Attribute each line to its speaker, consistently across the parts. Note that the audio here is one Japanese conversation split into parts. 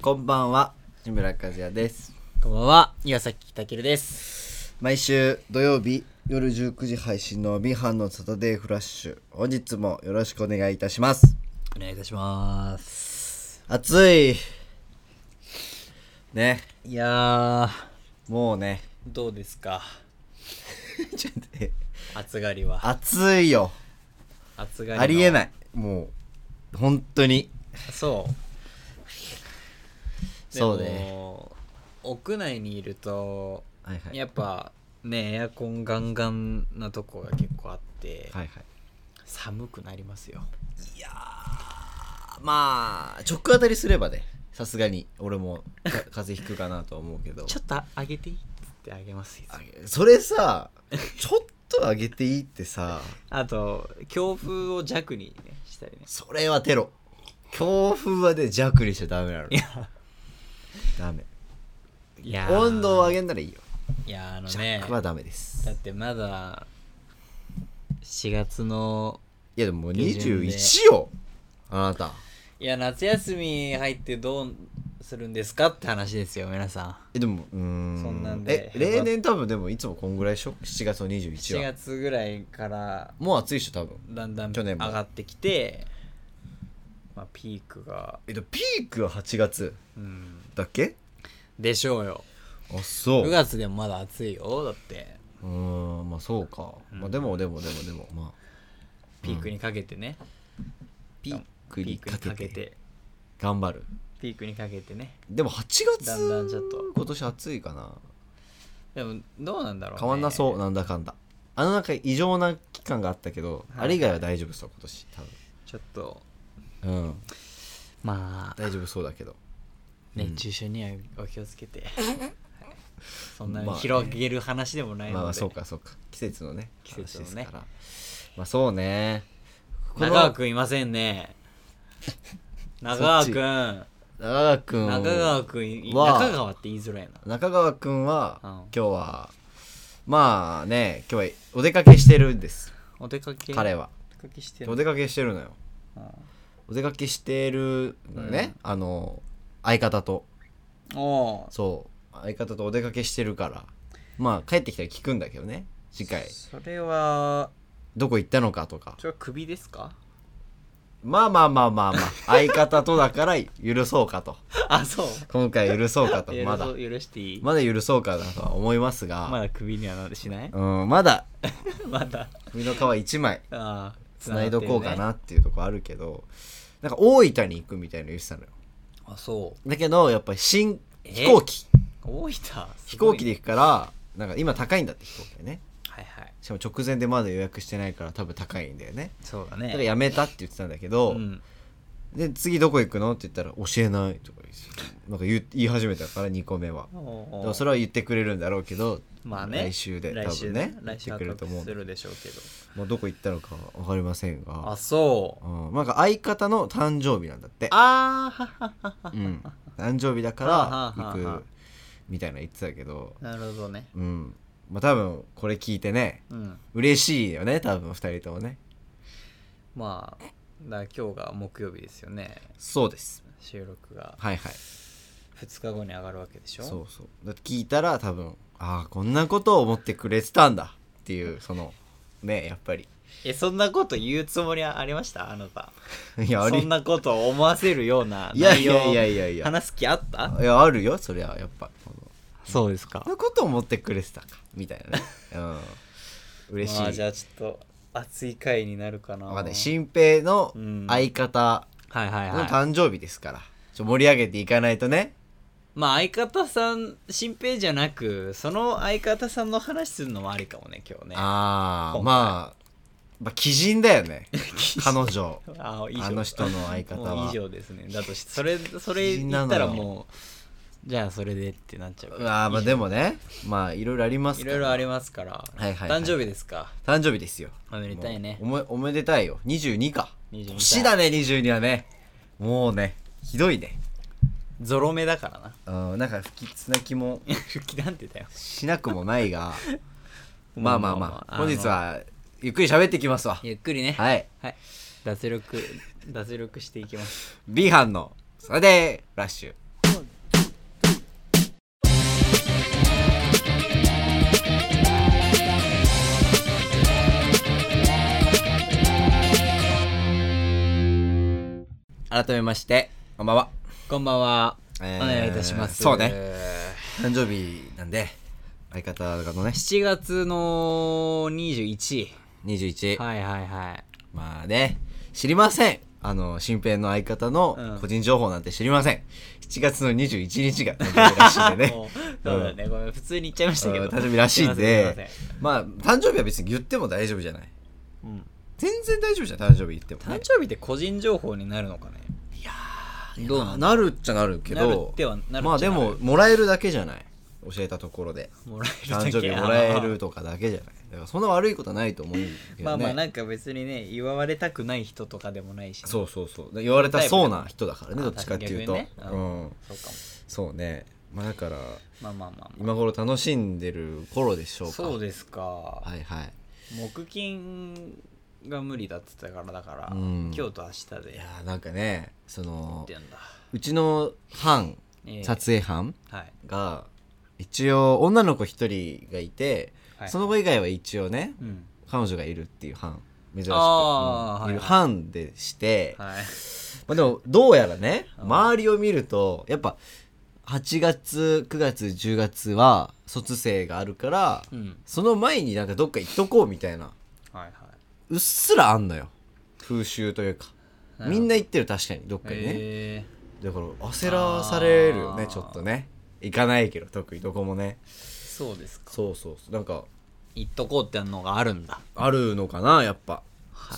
Speaker 1: こんばんは、木村和也です。
Speaker 2: こんばんは、岩崎健です。
Speaker 1: 毎週土曜日夜19時配信のビハンのサタデーフラッシュ。本日もよろしくお願いいたします。
Speaker 2: お願いいたします。
Speaker 1: 暑い。ね、
Speaker 2: いやー、
Speaker 1: もうね。
Speaker 2: どうですか
Speaker 1: ちょっと待って
Speaker 2: 暑がりは。
Speaker 1: 暑いよ。
Speaker 2: 暑がり
Speaker 1: ありえ
Speaker 2: い。
Speaker 1: ない。もう、本当に。
Speaker 2: そう。
Speaker 1: そう
Speaker 2: で
Speaker 1: ね。
Speaker 2: も。屋内にいると、
Speaker 1: はいはい。
Speaker 2: やっぱね、エアコンガンガンなとこが結構あって、
Speaker 1: はいはい。
Speaker 2: 寒くなりますよ。
Speaker 1: あまあ、直当たりすればね。さすがに俺もか風邪ひくかなとは思うけど
Speaker 2: ちょっと上げていいっつってあげますよ。
Speaker 1: それさちょっと上げていいってさ
Speaker 2: あと、強風を弱にね、したりね。
Speaker 1: それはテロ強風はね弱にしちゃダメなの
Speaker 2: いや、
Speaker 1: ダメ
Speaker 2: いやー
Speaker 1: 温度を上げんならいいよ
Speaker 2: いや、あのね。
Speaker 1: 弱はダメです
Speaker 2: だってまだ4月の
Speaker 1: いやでももう
Speaker 2: 下旬で
Speaker 1: 21よあなた
Speaker 2: いや夏休み入ってどうするんですかって話ですよ皆さ
Speaker 1: えでもうーん
Speaker 2: そんなんで
Speaker 1: え例年多分でもいつもこんぐらいでしょ7月の
Speaker 2: ん
Speaker 1: 21
Speaker 2: 7
Speaker 1: は
Speaker 2: 月ぐらいから
Speaker 1: もう暑いでしょ多分
Speaker 2: だんだん
Speaker 1: 去
Speaker 2: 上
Speaker 1: 年も
Speaker 2: がってきて、まあ、ピークが、
Speaker 1: えっとピークは8月
Speaker 2: うん、
Speaker 1: だっけ
Speaker 2: でしょうよ
Speaker 1: あそ
Speaker 2: 9
Speaker 1: う
Speaker 2: 月でもまだ暑いよだって
Speaker 1: うーんまあそうか、まあでもでもでもでもまあ
Speaker 2: ピークにかけてね、
Speaker 1: ピーク
Speaker 2: ピ
Speaker 1: に
Speaker 2: ーク
Speaker 1: か
Speaker 2: に
Speaker 1: け
Speaker 2: かけ
Speaker 1: て
Speaker 2: て
Speaker 1: 頑張る
Speaker 2: ピークにかけてね
Speaker 1: でも8月
Speaker 2: だんだんちょっと
Speaker 1: 今年暑いかな
Speaker 2: でもどうなんだろう、ね、
Speaker 1: 変わんなそうなんだかんだあの中異常な期間があったけど、
Speaker 2: はい
Speaker 1: あれ以外は大丈夫そう今年
Speaker 2: ちょっと
Speaker 1: 多分うん
Speaker 2: まあ
Speaker 1: 大丈夫そうだけど
Speaker 2: 熱中症にはお気をつけ て、そんな
Speaker 1: まあね
Speaker 2: 広げる話でもないので、
Speaker 1: まあまあそうかそうか季節のね
Speaker 2: 季節の
Speaker 1: 話
Speaker 2: ね
Speaker 1: ですからまあそうねこの
Speaker 2: 中川くんいませんね中川くん
Speaker 1: 中川君
Speaker 2: 中川くんい
Speaker 1: わあ
Speaker 2: 中川って言いづらいな
Speaker 1: 中川君は、
Speaker 2: うん
Speaker 1: 今日はまあね今日はお出かけしてるんです
Speaker 2: お出かけ
Speaker 1: 彼
Speaker 2: は
Speaker 1: は
Speaker 2: お出かけしてる
Speaker 1: お出かけしてるのよお出かけしてるのよね、あの相方と
Speaker 2: うんおう
Speaker 1: そう相方とお出かけしてるからまあ帰ってきたら聞くんだけどね次回
Speaker 2: それは
Speaker 1: どこ行ったのかとか
Speaker 2: それは首ですか
Speaker 1: まあまあまあまあまあ相方とだから許そうかと
Speaker 2: あそう
Speaker 1: 今回許そうかと
Speaker 2: 許
Speaker 1: まだ
Speaker 2: そう許していいま
Speaker 1: まだ許そうかなとは思いますが、
Speaker 2: だ首にはなしない
Speaker 1: うん、まだ
Speaker 2: まだ
Speaker 1: 身の皮1枚
Speaker 2: ああ
Speaker 1: つないどこうか
Speaker 2: 繋がっ
Speaker 1: なっていうとこあるけどなんか大分に行くみたいなの言ってたのよ
Speaker 2: てるねあそう
Speaker 1: だけどやっぱり新
Speaker 2: え
Speaker 1: 飛行機
Speaker 2: 大分
Speaker 1: 飛
Speaker 2: 飛
Speaker 1: 行機で行くからなんか今高いんだって飛行機がね
Speaker 2: はいはい
Speaker 1: しかも直前でまだ予約してないから多分高いんだよね
Speaker 2: そうだ
Speaker 1: だ
Speaker 2: ね
Speaker 1: からやめたって言ってたんだけど、
Speaker 2: うん
Speaker 1: で次どこ行くのって言ったら教えないとか言ってなんか言う言い始めたから2個目はでもそれは言ってくれるんだろうけど
Speaker 2: まあね
Speaker 1: 来週で多
Speaker 2: 来週
Speaker 1: 分ね言っ
Speaker 2: 来
Speaker 1: て
Speaker 2: 週
Speaker 1: くれると思う
Speaker 2: 発覚するでしょうけど
Speaker 1: もうどこ行ったのか分かりませんが
Speaker 2: あそう
Speaker 1: うん、なんか相方の誕生日なんだって、
Speaker 2: あーは ははは
Speaker 1: うん、誕生日だか
Speaker 2: はあは
Speaker 1: ら
Speaker 2: あは
Speaker 1: 行
Speaker 2: あ
Speaker 1: くみたいな言ってたけど、
Speaker 2: なるほどね
Speaker 1: うんまあ、多分これ聞いてね
Speaker 2: うん
Speaker 1: 嬉しいよね多分2人ともね
Speaker 2: まあだから今日が木曜日ですよね
Speaker 1: そうです
Speaker 2: 収録が
Speaker 1: はいはい
Speaker 2: 2日後に上がるわけでしょ
Speaker 1: そうそうだって聞いたら多分ああこんなことを思ってくれてたんだっていうそのねやっぱり
Speaker 2: えそんなこと言うつもりはありましたあなた
Speaker 1: いやあり
Speaker 2: そんなことを思わせるようない
Speaker 1: や
Speaker 2: 内
Speaker 1: い
Speaker 2: 容
Speaker 1: やいやいやいや
Speaker 2: 話す気あった
Speaker 1: いやあるよそりゃやっぱこの
Speaker 2: そうですか
Speaker 1: こんなことを思ってくれてたかみたいなね うん嬉しい、
Speaker 2: まあじゃあちょっと熱い回になるかな
Speaker 1: わかんない新平の
Speaker 2: うん
Speaker 1: 相方
Speaker 2: はいはい
Speaker 1: の
Speaker 2: はい
Speaker 1: 誕生日ですから、ちょ盛り上げていかないとね
Speaker 2: まあ相方さん新平じゃなくその相方さんの話するのもありかもね今日ね
Speaker 1: ああ
Speaker 2: 今回
Speaker 1: まあまあ鬼人だよ ね彼女
Speaker 2: あ 以上
Speaker 1: あの人の相方
Speaker 2: もう
Speaker 1: は
Speaker 2: 以上ですねだとしそれそ
Speaker 1: 不
Speaker 2: れ
Speaker 1: 思議な
Speaker 2: 言っ
Speaker 1: の
Speaker 2: た
Speaker 1: よ
Speaker 2: らもうじゃあそれでってなっちゃう
Speaker 1: う
Speaker 2: から
Speaker 1: わーまあでもねまあいろいろあります
Speaker 2: い
Speaker 1: から
Speaker 2: ろいろありますから、
Speaker 1: はいはいはい
Speaker 2: 誕生日ですか
Speaker 1: 誕生日ですよ
Speaker 2: おめでたいね
Speaker 1: もうおめおめでたいよ22か
Speaker 2: 22
Speaker 1: 年
Speaker 2: 歳
Speaker 1: だね22はねもうねひどいね
Speaker 2: ゾロ目だからな
Speaker 1: うんなんか不吉な気も
Speaker 2: 復帰なんてだよ
Speaker 1: しなくもないがまあまあま
Speaker 2: まあま
Speaker 1: あ
Speaker 2: あ
Speaker 1: 本日はゆっくり喋ってきますわ
Speaker 2: ゆっくりねい、
Speaker 1: はい
Speaker 2: はい、脱力脱力していきます
Speaker 1: ビーハンのそれでラッシュ改めましてこんばんは、
Speaker 2: こんばんは、
Speaker 1: えー
Speaker 2: お願いいたします
Speaker 1: そうね誕生日なんで相方がのね
Speaker 2: 7月の21
Speaker 1: 21、
Speaker 2: はいはいはい
Speaker 1: まあね知りませんあの新平の相方の個人情報なんて知りません、7月の21日が誕生日らしいん でね
Speaker 2: もうそうだね、ごめん普通に言っちゃいましたけど
Speaker 1: うん誕生日らしいんです
Speaker 2: ませんす
Speaker 1: まあ誕生日は別に言っても大丈夫じゃない
Speaker 2: いませんうん
Speaker 1: 全然大丈夫じゃん誕生日言っても、ね
Speaker 2: 誕、生日って個人情報になるのかねいやどうなの
Speaker 1: なるっちゃなるけど
Speaker 2: なるってはなるっちゃなる
Speaker 1: まあでももらえるだけじゃない教えたところ で
Speaker 2: もらえるだけ、
Speaker 1: 誕生日もらえるとかだけじゃないだからそんな悪いことはないと思うけど、ね
Speaker 2: まあまあなんか別にね祝われたくない人とかでもないしね、
Speaker 1: そうそうそう言われたそうな人だからねどっちかっていうと、
Speaker 2: あ確かに逆
Speaker 1: う
Speaker 2: にね
Speaker 1: ん
Speaker 2: そうかも
Speaker 1: そうねまあだから
Speaker 2: まあまあまあ、ま
Speaker 1: 今頃楽しんでる頃でしょう
Speaker 2: あ、
Speaker 1: か
Speaker 2: そう
Speaker 1: で
Speaker 2: ですか、
Speaker 1: はいはい
Speaker 2: 木金が無理だって言ったからだから、
Speaker 1: うん
Speaker 2: 今日と明日で
Speaker 1: い
Speaker 2: や
Speaker 1: やーなんかねそ
Speaker 2: っ
Speaker 1: の
Speaker 2: てんだ、
Speaker 1: うちの班
Speaker 2: ええ
Speaker 1: 撮影班
Speaker 2: はい
Speaker 1: が一応女の子一人がいて、
Speaker 2: はい
Speaker 1: その子以外は一応ね
Speaker 2: うん
Speaker 1: 彼女がいるっていう班珍しく、
Speaker 2: あー
Speaker 1: うん
Speaker 2: はい
Speaker 1: いる班でして、
Speaker 2: はい
Speaker 1: まあ、でもどうやらね
Speaker 2: うん
Speaker 1: 周りを見るとやっぱ8月9月10月は卒生があるから、
Speaker 2: うん
Speaker 1: その前になんかどっか行っとこうみたいな
Speaker 2: はいはいう
Speaker 1: っすらあんのよ風習というか
Speaker 2: なるほど
Speaker 1: みんな行ってる確かにどっかにね、
Speaker 2: え
Speaker 1: だから焦らされるよ
Speaker 2: あ
Speaker 1: ね
Speaker 2: ー
Speaker 1: ちょっとね行かないけど特にどこもね
Speaker 2: ー、そうですか
Speaker 1: そうそうそうなんか
Speaker 2: 行っとこうってのがあるんだ
Speaker 1: あるのかなやっぱ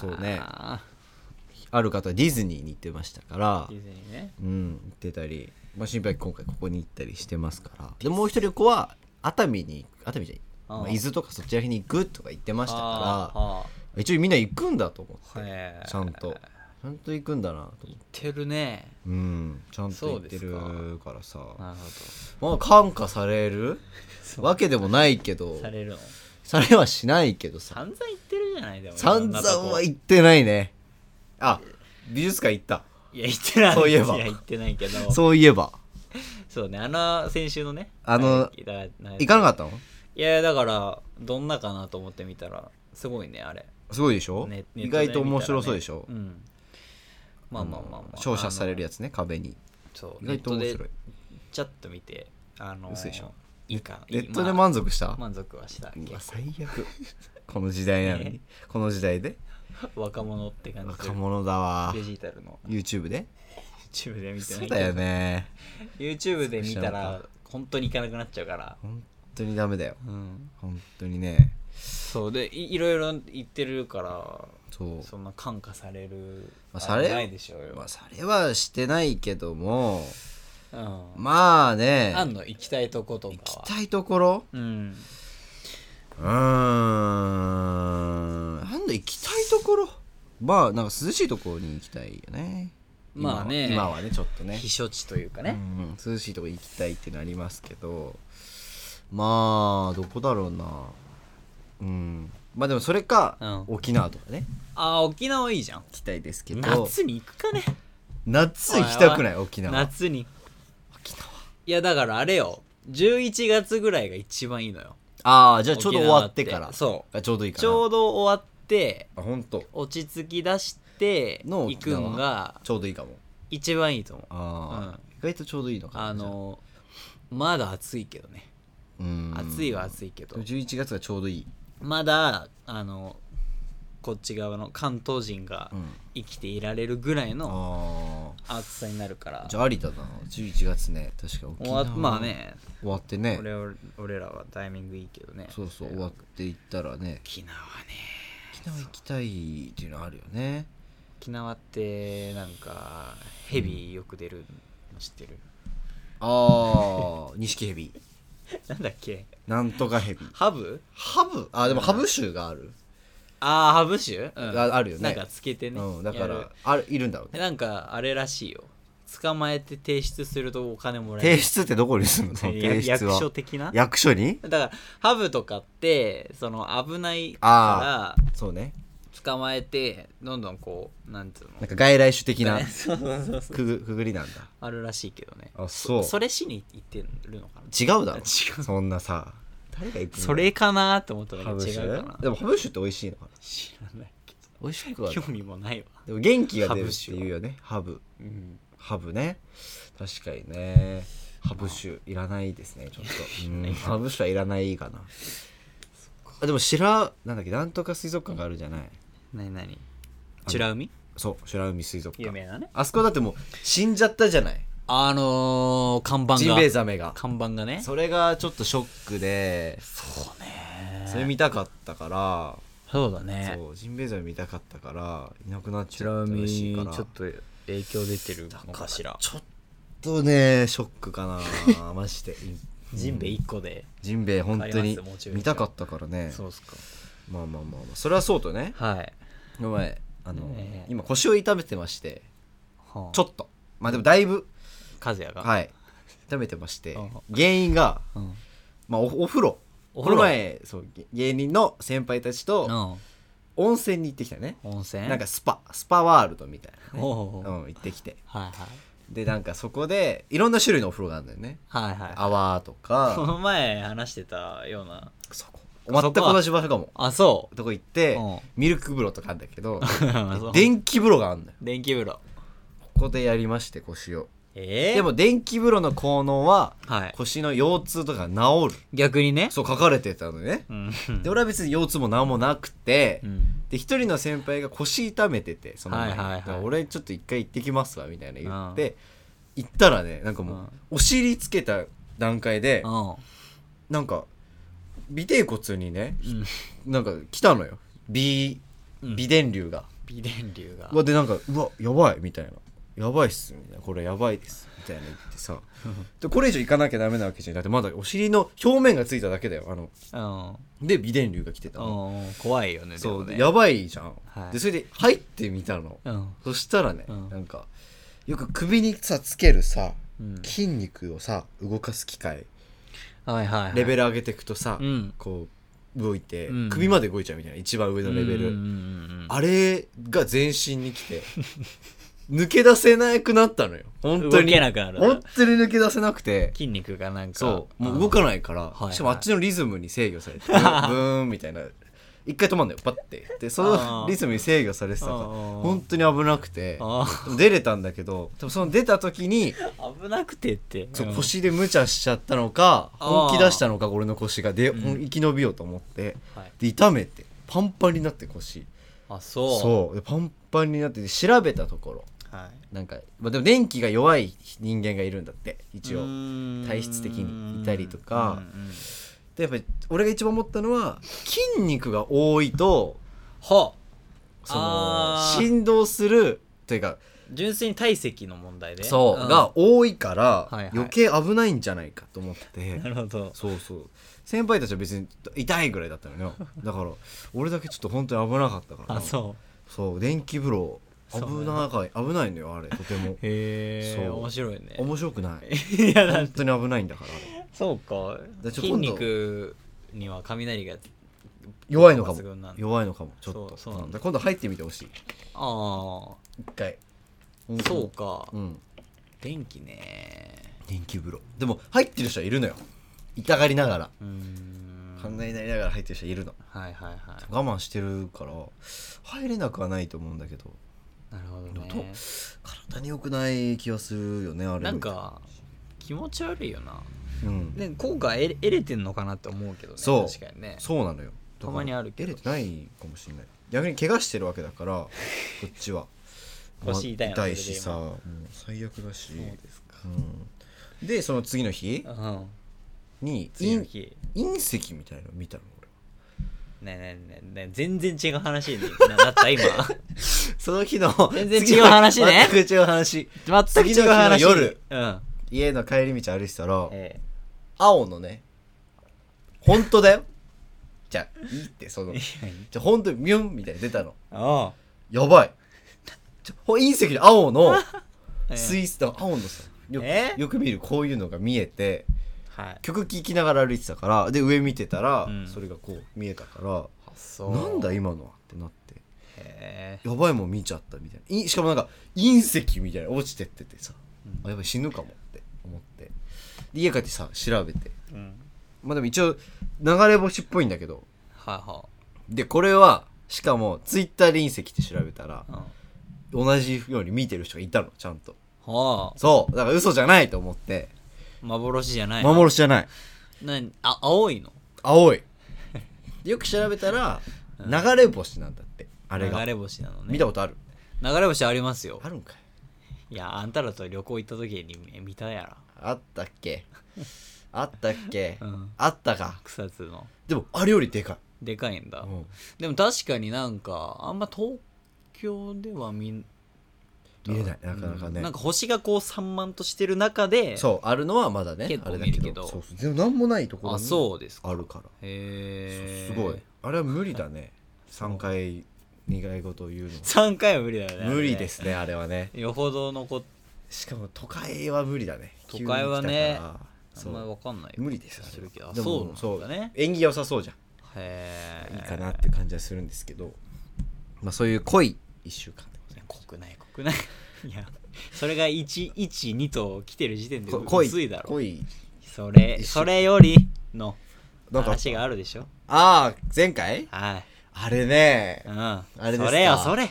Speaker 1: そうね
Speaker 2: はあ
Speaker 1: ある方はディズニーに行ってましたから
Speaker 2: ディズニーね
Speaker 1: うん行ってたりまあ心配今回ここに行ったりしてますからでもう一人の子は熱海に熱海じゃない
Speaker 2: あー
Speaker 1: まあ伊豆とかそっちら辺に行くとか言ってました
Speaker 2: あ
Speaker 1: か
Speaker 2: ーは
Speaker 1: ら一応みんな行くんだと思
Speaker 2: あ
Speaker 1: って
Speaker 2: へえ
Speaker 1: ちゃんとちゃんと行くんだなと思って
Speaker 2: 行ってるね
Speaker 1: うんちゃんと行
Speaker 2: そ
Speaker 1: っ
Speaker 2: うで
Speaker 1: て
Speaker 2: すか
Speaker 1: るからさ
Speaker 2: なるほ
Speaker 1: まあ感化される
Speaker 2: そう
Speaker 1: わけでもないけど
Speaker 2: どされるの
Speaker 1: されはしないけどさ
Speaker 2: 散々行ってるじゃないでも
Speaker 1: 散
Speaker 2: いろんなと
Speaker 1: 々
Speaker 2: こ
Speaker 1: は行ってないねあ美術館行った
Speaker 2: いや行ってない
Speaker 1: そういえば
Speaker 2: や行ってないけどそう
Speaker 1: そういえば
Speaker 2: ねあの先週のね
Speaker 1: あの
Speaker 2: はいだら
Speaker 1: 行かなかったの
Speaker 2: いやだからどんなかなと思ってみたらすごいねあれ、
Speaker 1: すごいでしょ、
Speaker 2: ねネットで見
Speaker 1: 意
Speaker 2: たらね
Speaker 1: 外と面白そうでしょ、
Speaker 2: うんまあまあまあまあ
Speaker 1: 照射される
Speaker 2: や
Speaker 1: やつね壁に
Speaker 2: つそう
Speaker 1: 意外と面
Speaker 2: ネット
Speaker 1: 白い
Speaker 2: でちょっと見てあのー
Speaker 1: 嘘でしょ
Speaker 2: いいか
Speaker 1: ネットで
Speaker 2: ま
Speaker 1: 満足した、
Speaker 2: あ満足はした
Speaker 1: うわ
Speaker 2: 結
Speaker 1: 最悪この時代なのに、
Speaker 2: ね
Speaker 1: この時代で
Speaker 2: 構若者って感じ
Speaker 1: 若者だわ
Speaker 2: デジタルの
Speaker 1: YouTube で
Speaker 2: YouTube で見てな
Speaker 1: そ
Speaker 2: いうけど
Speaker 1: だよね
Speaker 2: YouTube で見た
Speaker 1: そうな
Speaker 2: ら
Speaker 1: のか
Speaker 2: 本当に行かなくなっちゃうから
Speaker 1: 本当にダメだよ
Speaker 2: うん
Speaker 1: 本当にね
Speaker 2: そうでいいろいろ言ってるから
Speaker 1: そう
Speaker 2: そんな感化される
Speaker 1: まあされ
Speaker 2: あないでしょうよ、
Speaker 1: まあされはしてないけども
Speaker 2: うん
Speaker 1: まあね
Speaker 2: あんの行きたいとことか
Speaker 1: 行き
Speaker 2: は
Speaker 1: たいところ
Speaker 2: うん
Speaker 1: うーんなんだ行きたいところまあなんか涼しいところに行きたいよね今は
Speaker 2: まあね
Speaker 1: 今はねちょっとね
Speaker 2: 避暑地というかね、
Speaker 1: うんうん涼しいとこ行きたいってなりますけどまあどこだろうなうんまあでもそれか、
Speaker 2: う
Speaker 1: 沖縄とかね
Speaker 2: ああ沖縄いいじゃん
Speaker 1: 行きたいですけど
Speaker 2: 夏に行くかね
Speaker 1: 夏行きたくない沖縄
Speaker 2: 夏に
Speaker 1: 沖縄
Speaker 2: いやだからあれよ11月ぐらいが一番いいのよ
Speaker 1: ああじゃあちょうど終わって
Speaker 2: 沖
Speaker 1: か
Speaker 2: 縄
Speaker 1: ら
Speaker 2: そ
Speaker 1: あちょうどいいうかな
Speaker 2: ちょうど終わって
Speaker 1: あ本当
Speaker 2: 落ち着き出して
Speaker 1: の
Speaker 2: 行くん
Speaker 1: 沖
Speaker 2: が
Speaker 1: ちょうどいいかも
Speaker 2: 一番いいと思う
Speaker 1: ああ、
Speaker 2: う
Speaker 1: 意外とちょうどいいのかな
Speaker 2: あのまだ暑いけどね
Speaker 1: うん
Speaker 2: 暑いは暑いけど
Speaker 1: 11月がちょうどいい、
Speaker 2: まだあのこっち側の関東人が
Speaker 1: うん、
Speaker 2: 生きていられるぐらいの
Speaker 1: あ
Speaker 2: 暑さになるから
Speaker 1: あじゃあ有田だな11月ね確か沖
Speaker 2: 終わ
Speaker 1: 縄
Speaker 2: まあね
Speaker 1: 終わってね
Speaker 2: 俺は俺らはタイミングいいけどね
Speaker 1: そうそう終わっていったらね
Speaker 2: 沖縄ね
Speaker 1: 沖縄行きたいっていうのあるよね
Speaker 2: 沖縄ってなんかヘビよく出るの 知ってる、
Speaker 1: ああ錦ヘビ
Speaker 2: なんだっけ
Speaker 1: なんとかヘビ
Speaker 2: ハブ
Speaker 1: ハブあでもハブ州がある、
Speaker 2: ああハブ種、うん
Speaker 1: ああるよね
Speaker 2: なんかつけてね、
Speaker 1: うん、だか
Speaker 2: やる
Speaker 1: らあるいるんだろう
Speaker 2: で
Speaker 1: ね
Speaker 2: なんかあれらしいよ捕まえて提出するとお金もら
Speaker 1: 提
Speaker 2: える
Speaker 1: 出ってどこにするの提
Speaker 2: 役
Speaker 1: 出
Speaker 2: 役所
Speaker 1: は
Speaker 2: 的な
Speaker 1: 役所に
Speaker 2: だからハブとかってその危ないか
Speaker 1: あ
Speaker 2: ら
Speaker 1: そうね
Speaker 2: 捕まえてどんどんこうなんつうの
Speaker 1: なんか外来種的な
Speaker 2: そうそうそうそう
Speaker 1: くぐくぐりなんだ
Speaker 2: あるらしいけどね
Speaker 1: あそう
Speaker 2: それしに行ってるのかな
Speaker 1: 違うだろ
Speaker 2: 違う
Speaker 1: そんなさ誰が行くの
Speaker 2: それかなと思った
Speaker 1: ハ
Speaker 2: ら
Speaker 1: ブ
Speaker 2: 違
Speaker 1: 酒
Speaker 2: うかな
Speaker 1: でもハブ酒って美味しいのかな
Speaker 2: 知らないけど
Speaker 1: 美味しくはない
Speaker 2: 興味もないわ、
Speaker 1: でも元気が出るっていうよねハブ
Speaker 2: うん、
Speaker 1: ハブね確かにねハブ酒いらないですねちょっと、うん、ハブ酒はいらないかなあでも白なんだっけなんとか水族館があるじゃない
Speaker 2: 何何美ら海
Speaker 1: そう白海水族館
Speaker 2: なね
Speaker 1: あそこだってもう死んじゃったじゃない
Speaker 2: あのー、看板が
Speaker 1: ジンベエザメが
Speaker 2: 看板がね
Speaker 1: それがちょっとショックで
Speaker 2: そうね
Speaker 1: それ見たかったから
Speaker 2: そうだね
Speaker 1: そうジンベエザメ見たかったからいなくなっち
Speaker 2: 美ら
Speaker 1: ゃったら
Speaker 2: 海
Speaker 1: しいから
Speaker 2: ちょっと影響出てるのかしら
Speaker 1: ちょっとねショックか なまして
Speaker 2: ジンベエ1個で、
Speaker 1: ジンベエ本当に
Speaker 2: わかりますもちろん
Speaker 1: 見たかったからね
Speaker 2: そうっすか
Speaker 1: まあまあまあまあそれはそうとね
Speaker 2: はい、
Speaker 1: この前あの、
Speaker 2: ねえ
Speaker 1: 今腰を痛めてまして
Speaker 2: はあ、
Speaker 1: ちょっとまあでもだいぶ
Speaker 2: 和也が、
Speaker 1: はい痛めてまして
Speaker 2: うん
Speaker 1: 原因が、
Speaker 2: うん
Speaker 1: まあ、おお風呂
Speaker 2: お
Speaker 1: お風呂
Speaker 2: 風呂
Speaker 1: 前そうげ芸人の先輩たちと温泉に行ってきたね
Speaker 2: うん、温泉
Speaker 1: なんかスパスパワールドみたいなね、
Speaker 2: おうおう
Speaker 1: うん、行ってきて
Speaker 2: はいはい
Speaker 1: でなんかそこでいろんな種類のお風呂があるんだよね
Speaker 2: はいはい
Speaker 1: 泡と
Speaker 2: こ
Speaker 1: か
Speaker 2: の前話してたような
Speaker 1: そこ全く同じ場所かも
Speaker 2: あそう
Speaker 1: とこ行って
Speaker 2: うん
Speaker 1: ミルク風呂とかあるんだけど
Speaker 2: そう
Speaker 1: 電気風呂があるんだよ
Speaker 2: 電気風呂
Speaker 1: ここでやりまして腰を
Speaker 2: ええ
Speaker 1: でも電気風呂の効能は
Speaker 2: はい
Speaker 1: 腰の腰痛とか治る
Speaker 2: 逆にね
Speaker 1: そう書かれてたのね
Speaker 2: うん
Speaker 1: で俺は別に腰痛も何もなくて
Speaker 2: うん
Speaker 1: で一人の先輩が腰痛めててその前に、
Speaker 2: はいはいはい
Speaker 1: だから俺ちょっと一回行ってきますわみたいな言って、行ったらねなんかもう、お尻つけた段階で、
Speaker 2: うん
Speaker 1: なんか尾てい骨にね、
Speaker 2: ん
Speaker 1: なんか来たのよ微
Speaker 2: うん
Speaker 1: 微電流が、
Speaker 2: 微電流が
Speaker 1: うわでなんかうわやばいみたいなやばいっすみたいなこれやばいですみたいな言って さでこれ以上行かなきゃダメなわけじゃんだってまだお尻の表面がついただけだよあの
Speaker 2: うん
Speaker 1: で微電流が来てたの、
Speaker 2: うん怖いよね
Speaker 1: そう、
Speaker 2: でもね
Speaker 1: やばいじゃん、
Speaker 2: はい
Speaker 1: でそれで入ってみたの、
Speaker 2: うん
Speaker 1: そしたらね、
Speaker 2: うん
Speaker 1: なんかよく首にさつけるさ、
Speaker 2: うん
Speaker 1: 筋肉をさ動かす機械
Speaker 2: はいはいはい
Speaker 1: レベル上げていくとさ、
Speaker 2: うん
Speaker 1: こう動いて、
Speaker 2: うん
Speaker 1: 首まで動いちゃうみたいな一番上のレベル、
Speaker 2: うんうんうんうん
Speaker 1: あれが全身に来て 抜け出せなくなったのよ本当に
Speaker 2: 動けなくなる
Speaker 1: 本当に抜け出せなくて
Speaker 2: 筋肉がなんか
Speaker 1: そうもう動かないから、
Speaker 2: はいはい
Speaker 1: しかもあっちのリズムに制御されてブーンみたいな一回止まんだよパッてでそ
Speaker 2: あ
Speaker 1: の
Speaker 2: ー
Speaker 1: リズムに制御されてたから
Speaker 2: あー
Speaker 1: 本当に危なくて
Speaker 2: あー
Speaker 1: でも出れたんだけどでもその出た時に
Speaker 2: 危なくてって
Speaker 1: そう
Speaker 2: うん
Speaker 1: 腰で無茶しちゃったのか
Speaker 2: あー
Speaker 1: 本気出したのか俺の腰がで、
Speaker 2: うん
Speaker 1: 生き延びようと思って
Speaker 2: はい
Speaker 1: で痛めてパンパンになって腰
Speaker 2: あそう
Speaker 1: そうでパンパンになってで調べたところ
Speaker 2: はい
Speaker 1: なんか、まあ、でも電気が弱い人間がいるんだって一
Speaker 2: う
Speaker 1: 応
Speaker 2: ーん
Speaker 1: 体質的にいたりとか
Speaker 2: うんうん
Speaker 1: でやっぱり俺が一番思ったのは筋肉が多いと
Speaker 2: は
Speaker 1: その
Speaker 2: あー
Speaker 1: 振動するというか
Speaker 2: 純粋に体積の問題で
Speaker 1: そう、
Speaker 2: ん
Speaker 1: が多いか
Speaker 2: いはい
Speaker 1: ら余計危ないんじゃないかと思ってて、
Speaker 2: なるほど
Speaker 1: そうそう先輩たちは別に痛いぐらいだったのよだから俺だけちょっと本当に危なかったから
Speaker 2: あそう
Speaker 1: そう電気風呂危
Speaker 2: そう
Speaker 1: なかい危ないのよあれとても
Speaker 2: へ え
Speaker 1: そう
Speaker 2: 面白いね
Speaker 1: 面白くない
Speaker 2: いやだ
Speaker 1: 本当に危ないんだから
Speaker 2: そうか
Speaker 1: だちょ
Speaker 2: 筋
Speaker 1: 今度
Speaker 2: 肉には雷が
Speaker 1: 弱いのかも
Speaker 2: 抜群なんだ
Speaker 1: 弱いのかもちょっと
Speaker 2: そうそうなんだ
Speaker 1: 今度入ってみてほしい
Speaker 2: あ
Speaker 1: 一回
Speaker 2: あそうか
Speaker 1: うん
Speaker 2: 電気ね
Speaker 1: 電気風呂でも入ってる人はいるのよ痛がりながら
Speaker 2: うーん
Speaker 1: 考えになりながら入ってる人はいるの
Speaker 2: はいはいは
Speaker 1: 我慢してるから入れなくはないと思うんだけど
Speaker 2: いなるほど
Speaker 1: でも
Speaker 2: ね
Speaker 1: 体に良くない気がするよねあれ
Speaker 2: なんか気持ち悪いよな
Speaker 1: うん
Speaker 2: ね効果得れ得れてんのかなって思うけどね
Speaker 1: そう
Speaker 2: 確かにね
Speaker 1: そうなのよ
Speaker 2: たまにあるけど
Speaker 1: 出れてないかもしれない逆に怪我してるわけだ からこっちは
Speaker 2: 腰痛いの
Speaker 1: まあ痛いしさ
Speaker 2: それ
Speaker 1: もう最悪だし
Speaker 2: そうですか
Speaker 1: うんでその次の日
Speaker 2: うん
Speaker 1: に
Speaker 2: 次の
Speaker 1: 隕
Speaker 2: 日
Speaker 1: 隕石みたいなの見たの俺
Speaker 2: ねえねえねえねえ全然違う話にな なった今
Speaker 1: その日 の
Speaker 2: 全然違う話ね
Speaker 1: 全く違う話
Speaker 2: 全く
Speaker 1: 次の
Speaker 2: 違う話
Speaker 1: 日の夜
Speaker 2: うん
Speaker 1: 家の帰り道歩いてたら
Speaker 2: ええ
Speaker 1: 青のね本当だよじゃあいいってそのじゃあ本当にミュンみたいに出たの
Speaker 2: あ
Speaker 1: やばいちょほ隕石の青 の
Speaker 2: あ
Speaker 1: スイスの青のさよく
Speaker 2: え
Speaker 1: よく見るこういうのが見えて
Speaker 2: はい
Speaker 1: 曲聴きながら歩いてたからで上見てたら、
Speaker 2: うん
Speaker 1: それがこう見えたから
Speaker 2: あそう
Speaker 1: なんだ今のはってなって
Speaker 2: へえ
Speaker 1: やばいもん見ちゃったみたいないしかもなんか隕石みたいなの落ちてっててさ、
Speaker 2: うん
Speaker 1: あやばい死ぬかもって思ってで家帰ってさ調べて
Speaker 2: うん
Speaker 1: まあでも一応流れ星っぽいんだけど
Speaker 2: はいは
Speaker 1: でこれはしかもツイッターで隕石って調べたら
Speaker 2: うん、は
Speaker 1: 同じように見てる人がいたのちゃんと
Speaker 2: あ
Speaker 1: そうだから嘘じゃないと思って
Speaker 2: 幻じゃない
Speaker 1: 幻じゃない
Speaker 2: 何あ青いの
Speaker 1: 青い よく調べたら
Speaker 2: うん
Speaker 1: 流れ星なんだってあれが
Speaker 2: 流れ星なのね
Speaker 1: 見たことある
Speaker 2: 流れ星ありますよ
Speaker 1: あるんかい
Speaker 2: いやあんたらと旅行行った時に見たや
Speaker 1: あったっけあったっけ、
Speaker 2: ら、うん、
Speaker 1: あったか
Speaker 2: 草津の
Speaker 1: でもあれよりでかい、
Speaker 2: でかいんだ、
Speaker 1: うん
Speaker 2: でも確かになんかあんま東京では見ん
Speaker 1: 見れないなかなかね
Speaker 2: うんなんか星がこう散漫としてる中で
Speaker 1: そうあるのはまだね
Speaker 2: 結構
Speaker 1: あれだ
Speaker 2: 見るけど
Speaker 1: そうそうでも何もないところ
Speaker 2: あ
Speaker 1: に
Speaker 2: そうですか
Speaker 1: あるから
Speaker 2: へえ
Speaker 1: すごいあれは無理だね3回2回ごと言うの
Speaker 2: 3回は無理だよねあれね
Speaker 1: 無理ですねあれはね
Speaker 2: よほどのこ
Speaker 1: しかも都会は無理だね
Speaker 2: 都会はねあ
Speaker 1: 急
Speaker 2: ん
Speaker 1: に来たからそう
Speaker 2: まり分かんない
Speaker 1: 無理ですよ
Speaker 2: するけど
Speaker 1: あ
Speaker 2: あ
Speaker 1: れはでも
Speaker 2: そうなんだね
Speaker 1: 縁起良さそうじゃん
Speaker 2: へえ
Speaker 1: いいかなっていう感じはするんですけどまあそういう濃い1週間でございます
Speaker 2: いや国内国内い やそれが112と来てる時点で
Speaker 1: こ濃い
Speaker 2: 薄いだろ
Speaker 1: 濃い
Speaker 2: それ
Speaker 1: 一緒
Speaker 2: それよりの
Speaker 1: なんか
Speaker 2: 話があるでしょ
Speaker 1: ああ前回
Speaker 2: はい
Speaker 1: あれね
Speaker 2: うんあ
Speaker 1: れですか
Speaker 2: それよそれ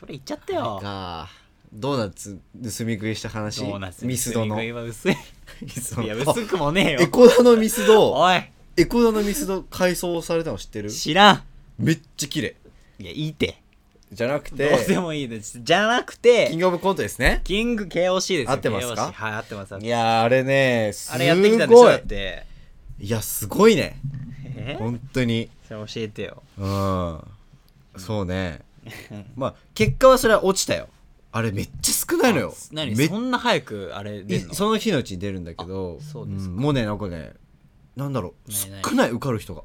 Speaker 2: それ言っちゃった
Speaker 1: なん
Speaker 2: よ
Speaker 1: かドーナツ盗み食いした話
Speaker 2: ドーナツ
Speaker 1: ミスドの
Speaker 2: 食いは薄い
Speaker 1: ミスドの
Speaker 2: いや
Speaker 1: あ
Speaker 2: 薄くもねえ
Speaker 1: エ
Speaker 2: よ
Speaker 1: コダのミスド
Speaker 2: おい
Speaker 1: エコダのミスド改装されたの知ってる
Speaker 2: 知らん
Speaker 1: めっちゃ綺麗
Speaker 2: いやいいって
Speaker 1: じゃなく
Speaker 2: どう
Speaker 1: て
Speaker 2: でもいいですじゃなく
Speaker 1: キン
Speaker 2: て
Speaker 1: グオブコントですね
Speaker 2: キング KOC ですよ
Speaker 1: 合ってますか
Speaker 2: KOC はい合ってます合っ
Speaker 1: い
Speaker 2: てま
Speaker 1: やーあれねす
Speaker 2: す
Speaker 1: ごい
Speaker 2: あれやってきたんでしょだって
Speaker 1: いやすごいね
Speaker 2: え
Speaker 1: 本当に
Speaker 2: それ教えてよ
Speaker 1: うんそう ねまあ結果はそれは落ちたよあれめっちゃ少ないのよ
Speaker 2: 何
Speaker 1: めっ
Speaker 2: そんな早くあれ出んの
Speaker 1: いその日のうちに出るんだけど
Speaker 2: あそうですか
Speaker 1: んもうねなんかねなんだろう
Speaker 2: ないない
Speaker 1: 少ない受かる人が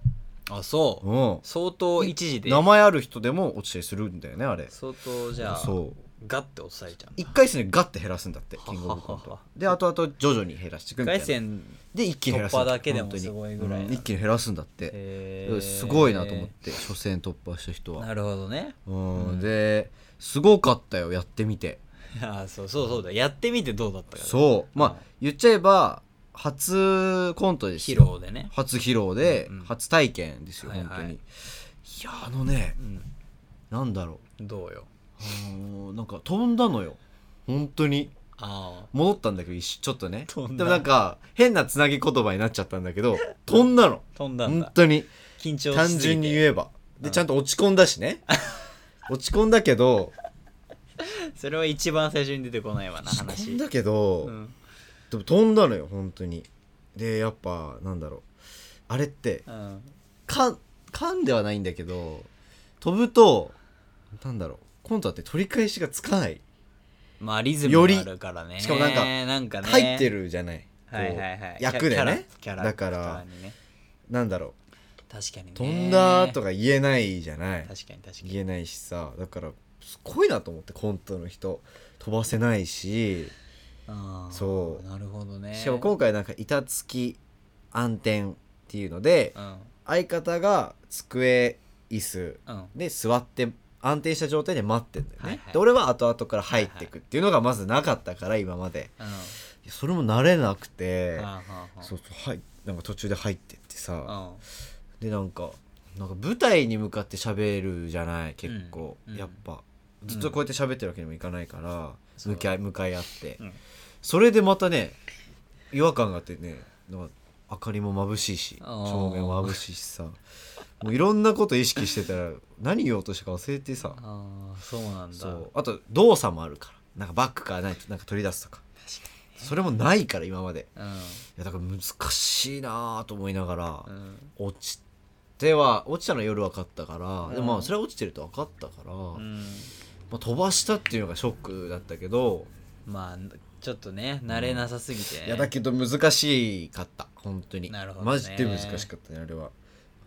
Speaker 2: あそう
Speaker 1: うん
Speaker 2: 相当一時で
Speaker 1: 名前ある人でも落ちたりするんだよねあれ
Speaker 2: 相当じゃあ
Speaker 1: そう
Speaker 2: ガッて落とされちゃうんだ
Speaker 1: 一回戦でガッて減らすんだって
Speaker 2: は
Speaker 1: キングオブコント
Speaker 2: はは
Speaker 1: であとあと徐々に減らしていく
Speaker 2: 一
Speaker 1: みたい
Speaker 2: 回
Speaker 1: な
Speaker 2: 戦
Speaker 1: で一気に減らすん
Speaker 2: 突破だけでも
Speaker 1: 本当に
Speaker 2: すごいぐらいなん
Speaker 1: うん
Speaker 2: だ
Speaker 1: 一気に減らすんだって
Speaker 2: へー
Speaker 1: すごいなと思って初戦突破した人は
Speaker 2: なるほどね
Speaker 1: うんですごかったよやってみて
Speaker 2: ああそうそうそうだやってみてどうだったかだ
Speaker 1: そうまあ言っちゃえば初コントです
Speaker 2: 披
Speaker 1: よ
Speaker 2: 露でね
Speaker 1: 初披露で
Speaker 2: うんうん
Speaker 1: 初体験ですよ
Speaker 2: はい
Speaker 1: 本
Speaker 2: はい
Speaker 1: 当にいやあのね
Speaker 2: うん
Speaker 1: なんだろ
Speaker 2: どう
Speaker 1: う
Speaker 2: よ
Speaker 1: あのなんか飛んだのよ本当に
Speaker 2: あ
Speaker 1: 戻ったんだけど一瞬ちょっとね
Speaker 2: 飛ん
Speaker 1: で
Speaker 2: だ
Speaker 1: もなんか変なつなぎ言葉になっちゃったんだけ ど飛んだの
Speaker 2: あ飛んだん
Speaker 1: 本
Speaker 2: だ
Speaker 1: 当に
Speaker 2: 緊張しすぎて
Speaker 1: 単純に言えば
Speaker 2: う
Speaker 1: で
Speaker 2: ん
Speaker 1: ちゃんと落ち込んだし ね落ち込んだけど
Speaker 2: それは一番最初に出てこないわな
Speaker 1: 落ち込
Speaker 2: 話
Speaker 1: んだけど、
Speaker 2: うん
Speaker 1: でも飛んだのよ本当にでやっぱなんだろうあれって
Speaker 2: うん
Speaker 1: かんかんではないんだけど飛ぶとなんだろう今度だって取り返しがつかない、
Speaker 2: まあリズム
Speaker 1: より
Speaker 2: があるからね
Speaker 1: しかもなんか
Speaker 2: なんかね
Speaker 1: 入ってるじゃないこう
Speaker 2: はいはいはい
Speaker 1: 役でね
Speaker 2: キャラ
Speaker 1: だ
Speaker 2: キ
Speaker 1: か
Speaker 2: ャラ
Speaker 1: ら
Speaker 2: クターにね
Speaker 1: なんだろ
Speaker 2: 確かにね
Speaker 1: う飛んだとか言えないじゃない
Speaker 2: 確かに確かに
Speaker 1: 言えないしさだからすごいなと思ってコントの人飛ばせないし
Speaker 2: あー
Speaker 1: そう
Speaker 2: なるほどね
Speaker 1: しかも今回なんか板付き暗転っていうので
Speaker 2: うん
Speaker 1: 相方が机椅子
Speaker 2: うん
Speaker 1: で座って安定した状態で待ってんだよね、
Speaker 2: はいはい
Speaker 1: で俺は後々から入ってくっていうのがまずなかったから今まで
Speaker 2: うん
Speaker 1: いやそれも慣れなくて
Speaker 2: はあはあはあ
Speaker 1: そうそうはいなんか途中で入ってってさ
Speaker 2: うん
Speaker 1: でなんかなんか舞台に向かって喋るじゃない結構、
Speaker 2: うんうん
Speaker 1: やっぱずっとこうやって喋ってるわけにもいかないから、
Speaker 2: そう
Speaker 1: 向き合い向かい合って、
Speaker 2: うん
Speaker 1: それでまたね違和感があってねなんか明かりも眩しいし
Speaker 2: あー
Speaker 1: 照明も眩しいしさもういろんなこと意識してたら何言おうとしたか忘れてさ
Speaker 2: ああそうなんだ
Speaker 1: そうあと動作もあるからなんかバッグからないとなんか取り出すとかそれもないから今までいやだから難しいなぁと思いながら、
Speaker 2: うんうん
Speaker 1: 落ちては落ちたのは夜分かったから、でもま
Speaker 2: う
Speaker 1: あ
Speaker 2: ん
Speaker 1: それは落ちてると分かったから、ま
Speaker 2: うん
Speaker 1: あ、飛ばしたっていうのがショックだったけど、
Speaker 2: まあちょっとね慣れなさすぎてね
Speaker 1: いやだけど難しかった本当に
Speaker 2: なるほどね
Speaker 1: マジで難しかったねあれは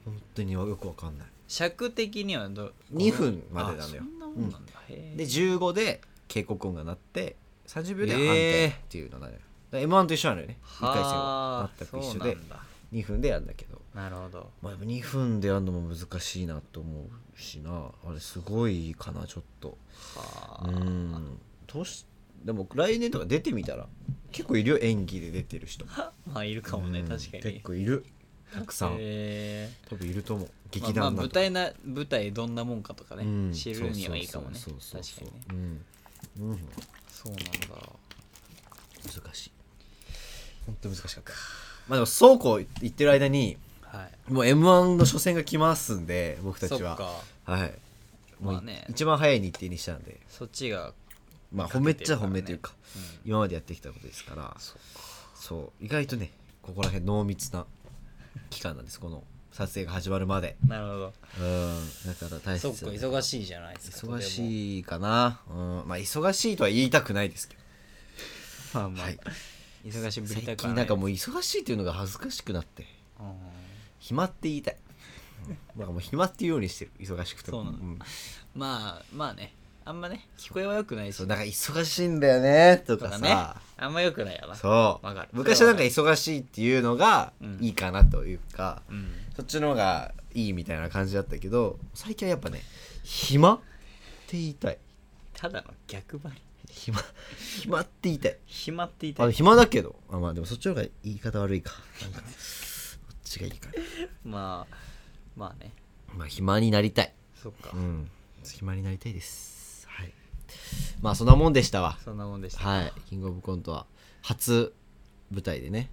Speaker 1: 本当によく分かんない
Speaker 2: 尺的にはど
Speaker 1: 2分までなのよ
Speaker 2: あそんなもんなんだへ
Speaker 1: で
Speaker 2: え
Speaker 1: 15で警告音が鳴って30秒で判
Speaker 2: え
Speaker 1: 定
Speaker 2: ー
Speaker 1: っていうのなのよ、だから M1 と一緒なのよね1回戦は
Speaker 2: はあ
Speaker 1: 全
Speaker 2: そ
Speaker 1: く
Speaker 2: う
Speaker 1: 一緒
Speaker 2: な
Speaker 1: で
Speaker 2: んだ
Speaker 1: 2分でやるんだけど
Speaker 2: なるほど
Speaker 1: まあ、2分でやるのも難しいなと思うしなあれすごいかなちょっと
Speaker 2: はあ
Speaker 1: うんどうしでも来年とか出てみたら結構いるよ演技で出てる人
Speaker 2: まあいるかもね
Speaker 1: うん
Speaker 2: 確かに
Speaker 1: 結構いるたくさん、
Speaker 2: え
Speaker 1: 多分いると思う
Speaker 2: ー
Speaker 1: 劇
Speaker 2: まあ
Speaker 1: 団
Speaker 2: まあ
Speaker 1: だ
Speaker 2: 舞
Speaker 1: とか
Speaker 2: 台な舞台どんなもんかとかね、
Speaker 1: うん
Speaker 2: 知るにはいいかもね
Speaker 1: そうそうそうそう
Speaker 2: 確かにね
Speaker 1: うん、うん
Speaker 2: そうなんだ
Speaker 1: 難しい本当難しかったまあでもそうこう言ってる間に
Speaker 2: はい
Speaker 1: もう m 1の初戦が来ますんで僕た
Speaker 2: そ
Speaker 1: ち
Speaker 2: っ
Speaker 1: は
Speaker 2: か
Speaker 1: はいもうい、
Speaker 2: まあね
Speaker 1: 一番早い日程にしたんで
Speaker 2: そっちが、
Speaker 1: まあ
Speaker 2: か
Speaker 1: 本
Speaker 2: け
Speaker 1: 命って
Speaker 2: る
Speaker 1: ちゃ
Speaker 2: から
Speaker 1: 本
Speaker 2: ね
Speaker 1: 命というか
Speaker 2: うん
Speaker 1: 今までやってきたことですから
Speaker 2: そっか
Speaker 1: そう意外とねここら辺濃密な期間なんですこの撮影が始まるまで
Speaker 2: なるほど
Speaker 1: うんだから大
Speaker 2: そっ
Speaker 1: 切
Speaker 2: か
Speaker 1: だね
Speaker 2: 忙しいじゃないですか
Speaker 1: 忙
Speaker 2: い
Speaker 1: しいかなうんまあ忙しいとは言いたくないですけど
Speaker 2: まあまあ、
Speaker 1: はい
Speaker 2: 忙しぶり
Speaker 1: 最
Speaker 2: だか
Speaker 1: 近
Speaker 2: ら
Speaker 1: なんかもう忙しいっていうのが恥ずかしくなって
Speaker 2: うん
Speaker 1: 暇って言いたい、うん、なんかもう暇っていうようにしてる忙しくても
Speaker 2: そうなの
Speaker 1: ん
Speaker 2: まあまあねあんまね聞こえは良くないし
Speaker 1: そうなんか忙しいんだよねと
Speaker 2: と
Speaker 1: か
Speaker 2: か
Speaker 1: さ
Speaker 2: ねあんま良くないよな
Speaker 1: そう
Speaker 2: わかる
Speaker 1: 昔はなんか忙しいっていうのが
Speaker 2: うん
Speaker 1: いいかなというか、
Speaker 2: うん
Speaker 1: そっちの方がいいみたいな感じだったけど最近はやっぱね暇って言いたい
Speaker 2: ただの逆張り
Speaker 1: 暇暇って言いたい
Speaker 2: 暇って言い
Speaker 1: あ
Speaker 2: た
Speaker 1: の
Speaker 2: い
Speaker 1: 暇だけどあまあでもそっちの方が言い方悪いかなんかこっちがいいか
Speaker 2: まあまあね
Speaker 1: なまあ暇になりたい
Speaker 2: そっか、
Speaker 1: うん暇になりたいですはいまあそんなもんでしたわ
Speaker 2: そんなもんでした
Speaker 1: はいキングオブコントは初舞台でね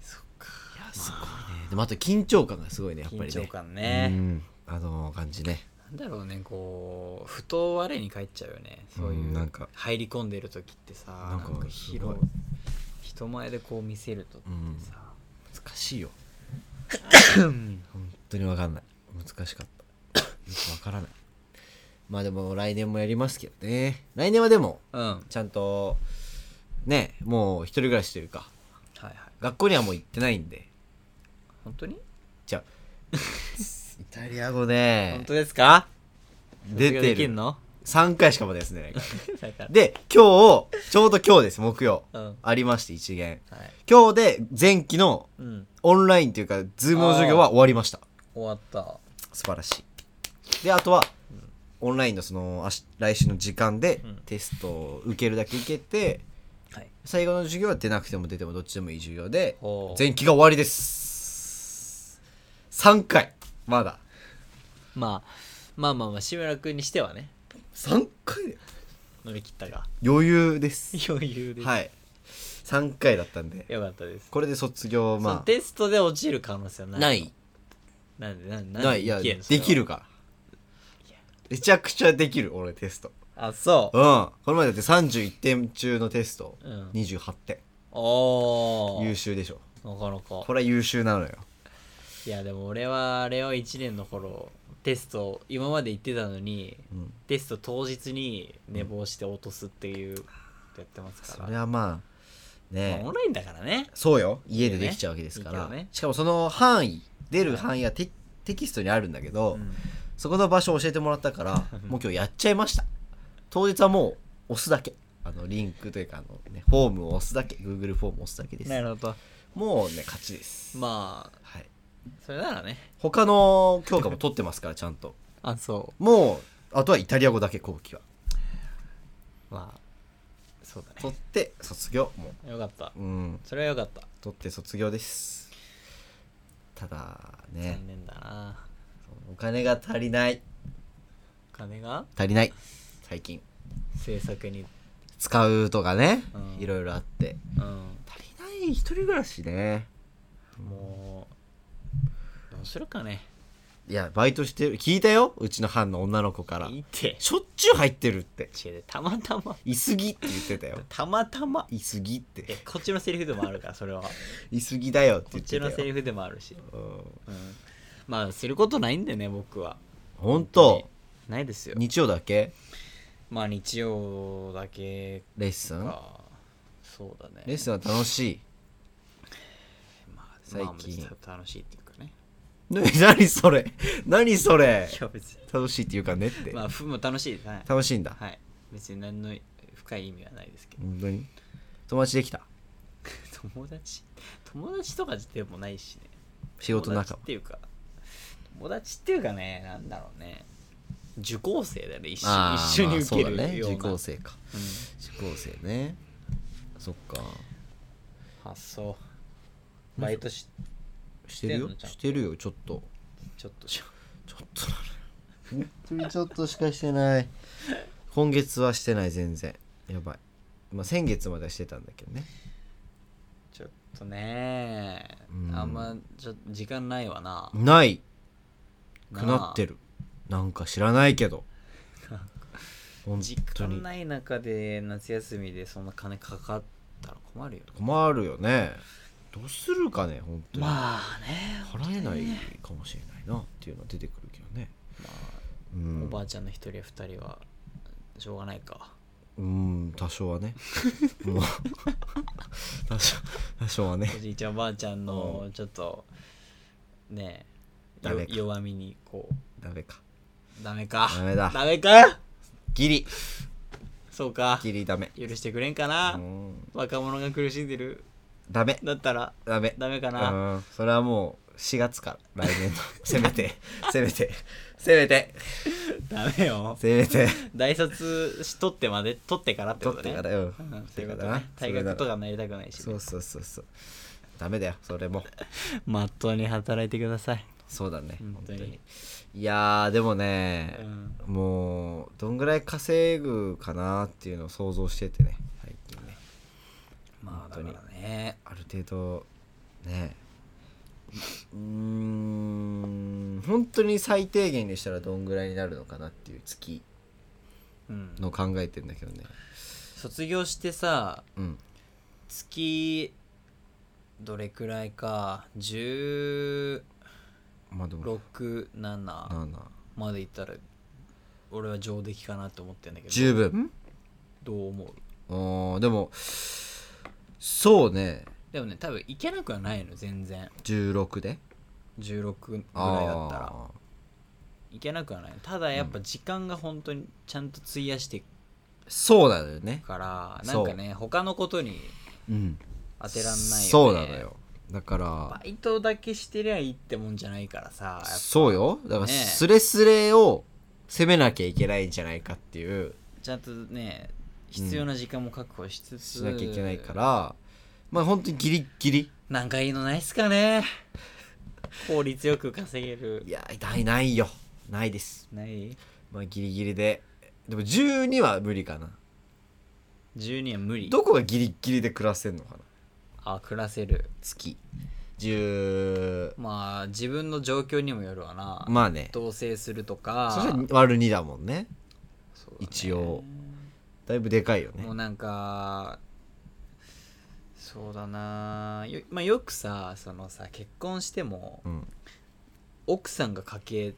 Speaker 2: そっか
Speaker 1: いやすごいねでもあと緊張感がすごいねやっぱりね
Speaker 2: 緊張感
Speaker 1: う
Speaker 2: ね、
Speaker 1: んあの感じね
Speaker 2: なんだろうねこうふと我に返っちゃうよねそういう、
Speaker 1: うんなんか
Speaker 2: 入り込んでる時ってさ
Speaker 1: な
Speaker 2: なんん
Speaker 1: か
Speaker 2: か
Speaker 1: す
Speaker 2: 披
Speaker 1: ごい
Speaker 2: 露人前でこう見せるとってさ、
Speaker 1: 難しい よ本当に分かんない難しかったよく分からないまあでも来年もやりますけどね来年はでも
Speaker 2: うん、はい
Speaker 1: ちゃんとねもう一人暮らしというか
Speaker 2: はい
Speaker 1: 学校にはもう行ってないんで
Speaker 2: 本当に
Speaker 1: じゃあイタリア語ね
Speaker 2: 本当ですか
Speaker 1: 出
Speaker 2: 卒業
Speaker 1: て
Speaker 2: できん
Speaker 1: る
Speaker 2: の
Speaker 1: 3回しかまだ休んでないから
Speaker 2: だから
Speaker 1: で今日ちょうど今日です木曜
Speaker 2: うんは
Speaker 1: ありまして一限
Speaker 2: い
Speaker 1: 今日で前期の
Speaker 2: うん
Speaker 1: オンラインというかズームの授業は終わりました
Speaker 2: 終わった
Speaker 1: 素晴らしいであとは、オンラインのその明日来週の時間で
Speaker 2: うん
Speaker 1: テストを受けるだけ受けて、
Speaker 2: はい
Speaker 1: 最後の授業は出なくても出てもどっちでもいい授業で
Speaker 2: ほう
Speaker 1: 前期が終わりです3回まだ
Speaker 2: まあまあまあまあ志村君にしてはね
Speaker 1: 3回で
Speaker 2: 乗り切ったが
Speaker 1: 余裕です
Speaker 2: 余裕で、
Speaker 1: はい3回だったんで
Speaker 2: よかったです、
Speaker 1: これで卒業
Speaker 2: その
Speaker 1: ま
Speaker 2: テストで落ちる可能性は
Speaker 1: あ
Speaker 2: ない
Speaker 1: ない
Speaker 2: なんでなんで
Speaker 1: ないいや
Speaker 2: んで
Speaker 1: できるからめちゃくちゃできる俺テスト
Speaker 2: あそ
Speaker 1: うんこの前だって31点中のテスト
Speaker 2: う、うん、
Speaker 1: 28点
Speaker 2: おお
Speaker 1: 優秀でしょ
Speaker 2: なかなか
Speaker 1: これは優秀なのよ
Speaker 2: いやでも俺はあれを1年の頃テスト今まで行ってたのに
Speaker 1: うん
Speaker 2: テスト当日に寝坊して落とすっていうやってますか
Speaker 1: そ
Speaker 2: ら、
Speaker 1: れはまあね
Speaker 2: まあオンラインだからね
Speaker 1: そうよ家でできちゃうわけですから、
Speaker 2: いいけどね
Speaker 1: しかもその範囲出る範囲はテテキストにあるんだけど、
Speaker 2: うん
Speaker 1: そこの場所を教えてもらったからもう今日やっちゃいました当日はもう押すだけあのリンクというかあの、ね、フォームを押すだけ Google フォームを押すだけです
Speaker 2: なるほど
Speaker 1: もうね勝ちです、
Speaker 2: まあ
Speaker 1: はい、
Speaker 2: それならね
Speaker 1: 他の教科も取ってますからちゃんと
Speaker 2: あそ
Speaker 1: もうあとはイタリア語だけ後期は
Speaker 2: うまあそうだ
Speaker 1: 取って卒業も
Speaker 2: ねよかった
Speaker 1: ううん
Speaker 2: それはよかった
Speaker 1: 取って卒業ですただね
Speaker 2: 残念だな
Speaker 1: お金が足りない
Speaker 2: お金が
Speaker 1: 足りない最近
Speaker 2: 制作に
Speaker 1: 使うとかね、
Speaker 2: うん
Speaker 1: いろいろあって
Speaker 2: うん
Speaker 1: 足りない一人暮らしね
Speaker 2: もうどうするかね
Speaker 1: いやバイトしてる聞いたようちの班の女の子から
Speaker 2: いいって
Speaker 1: しょっちゅう入ってるって
Speaker 2: 違うたまたま
Speaker 1: 「いすぎ」って言ってたよ
Speaker 2: たまたま
Speaker 1: 「いすぎ」っ
Speaker 2: いや
Speaker 1: て
Speaker 2: こっちのセリフでもあるからそれは
Speaker 1: 「いすぎだよ」って
Speaker 2: こ
Speaker 1: 言
Speaker 2: っ
Speaker 1: っ
Speaker 2: ち
Speaker 1: てた
Speaker 2: の
Speaker 1: よ
Speaker 2: セリフでもあるし、
Speaker 1: うん
Speaker 2: うん、まあすることないんでね僕は
Speaker 1: 本当
Speaker 2: ないですよ
Speaker 1: 日曜だけ
Speaker 2: まあ日曜だけ
Speaker 1: レッスン
Speaker 2: かそうだね
Speaker 1: レッスンは楽し
Speaker 2: まあ、
Speaker 1: 最
Speaker 2: 最
Speaker 1: 近
Speaker 2: 近、楽しいっていうかね
Speaker 1: いな 何それ何それ
Speaker 2: いや別に
Speaker 1: 楽しいっていうかねって
Speaker 2: まあふも楽しいですはい、
Speaker 1: 楽しいんだ
Speaker 2: はい、別に何の深い意味はないですけど
Speaker 1: 本当に友達できた
Speaker 2: 友達友達とかでもないしね
Speaker 1: 仕事
Speaker 2: 友
Speaker 1: 仲
Speaker 2: 達
Speaker 1: 間
Speaker 2: っていうか友達っていうかねなんだろうね受講生だね一緒
Speaker 1: あー
Speaker 2: 一緒に受け
Speaker 1: まあそう
Speaker 2: る
Speaker 1: だね
Speaker 2: ような、
Speaker 1: 受講生か
Speaker 2: うん
Speaker 1: 受講生ねそっか
Speaker 2: あそうバイトし
Speaker 1: してるよ
Speaker 2: してんのちゃんと
Speaker 1: してるよちょっと
Speaker 2: ちょっとしょ
Speaker 1: ちょっとなのよ本当にちょっとしかしてない今月はしてない全然やばいまあ先月まではしてたんだけどね
Speaker 2: ちょっとね
Speaker 1: うん
Speaker 2: あんまちょっと時間ないわな
Speaker 1: ない
Speaker 2: な
Speaker 1: くなってるなんか知らないけど本
Speaker 2: 時
Speaker 1: 当
Speaker 2: 間
Speaker 1: に
Speaker 2: ない中で夏休みでそんな金かかったら困るよ
Speaker 1: 困るよねどうするかね本当に、
Speaker 2: まあね
Speaker 1: 払えないかもしれないなっていうのは出てくるけどね、
Speaker 2: ま
Speaker 1: う
Speaker 2: あ
Speaker 1: ん、
Speaker 2: おばあちゃんの一人や二人はしょうがないか
Speaker 1: うん多少 はねもう多少多少はね
Speaker 2: おじいちゃんおばあちゃんのちょっとねえ
Speaker 1: ダメ
Speaker 2: よ
Speaker 1: か
Speaker 2: 弱みにこ
Speaker 1: ダメか
Speaker 2: うダメか
Speaker 1: ダメだ
Speaker 2: ダメか
Speaker 1: ギリ
Speaker 2: そうか
Speaker 1: ギリダメ
Speaker 2: 許してくれんか
Speaker 1: う
Speaker 2: な、
Speaker 1: ん
Speaker 2: 若者が苦しんでる
Speaker 1: ダメ
Speaker 2: だったら
Speaker 1: ダメ
Speaker 2: ダメかな、
Speaker 1: うんそれはもう4月から来年のせめてせめてせめて
Speaker 2: ダメよ
Speaker 1: せめて
Speaker 2: 大卒し取ってまで取ってからってこ
Speaker 1: 取
Speaker 2: と
Speaker 1: っ
Speaker 2: ね
Speaker 1: てからよ
Speaker 2: うん、そう
Speaker 1: 取
Speaker 2: い
Speaker 1: ってか
Speaker 2: うこと
Speaker 1: らな
Speaker 2: ね退学
Speaker 1: そ
Speaker 2: と
Speaker 1: れなら
Speaker 2: かなりたくないし
Speaker 1: そうそうそうそうダメだよそれも
Speaker 2: まっとうに働いてください
Speaker 1: そうだね
Speaker 2: 本
Speaker 1: 本当
Speaker 2: 当に
Speaker 1: にいやーでもね、
Speaker 2: うん
Speaker 1: もうどんぐらい稼ぐかなっていうのを想像しててね最近ね
Speaker 2: まあだ
Speaker 1: 本当に
Speaker 2: からね
Speaker 1: ある程度ねうーん本当に最低限にしたらどんぐらいになるのかなっていう月
Speaker 2: うん
Speaker 1: の考えてんだけどね
Speaker 2: 卒業してさ
Speaker 1: うん
Speaker 2: 月どれくらいか1617
Speaker 1: まあでもなあなあ
Speaker 2: までいったら俺は上出来かなって思ってんだけど
Speaker 1: 十分
Speaker 2: どう思う
Speaker 1: おーでもそうね
Speaker 2: でもね多分いけなくはないの全然
Speaker 1: 16で
Speaker 2: 16ぐ
Speaker 1: あ
Speaker 2: らいだったら
Speaker 1: ー
Speaker 2: いけなくはないただやっぱ時間が本当にちゃんと費やしてい
Speaker 1: そうなのよね
Speaker 2: くから、な
Speaker 1: そ
Speaker 2: ん
Speaker 1: う
Speaker 2: かね他のことに
Speaker 1: うん
Speaker 2: 当てらんないよね
Speaker 1: そうなのよだから
Speaker 2: バイトだけしてりゃいいってもんじゃないからさやっぱ
Speaker 1: そうよだから
Speaker 2: ねえ
Speaker 1: スレスレを攻めなきゃいけないんじゃないかっていう
Speaker 2: ちゃんとね必要な時間も確保しつつ、
Speaker 1: しなきゃいけないから、まあ本当にギリギリ
Speaker 2: なんかいいのないっすかね効率よく稼げる
Speaker 1: いやないないよないです
Speaker 2: ない
Speaker 1: まあギリギリででも12は無理かな
Speaker 2: 12は無理
Speaker 1: どこがギリギリで暮らせんのかな
Speaker 2: あ暮らせる
Speaker 1: 月10
Speaker 2: まあ自分の状況にもよるわな、
Speaker 1: まあね
Speaker 2: 同棲するとか
Speaker 1: そしたら割る2だもんね
Speaker 2: そうだね
Speaker 1: 一応だいぶでかいよね
Speaker 2: もうなんかそうだなよ,、まあ、よくさそのさ結婚しても
Speaker 1: うん
Speaker 2: 奥さんが家計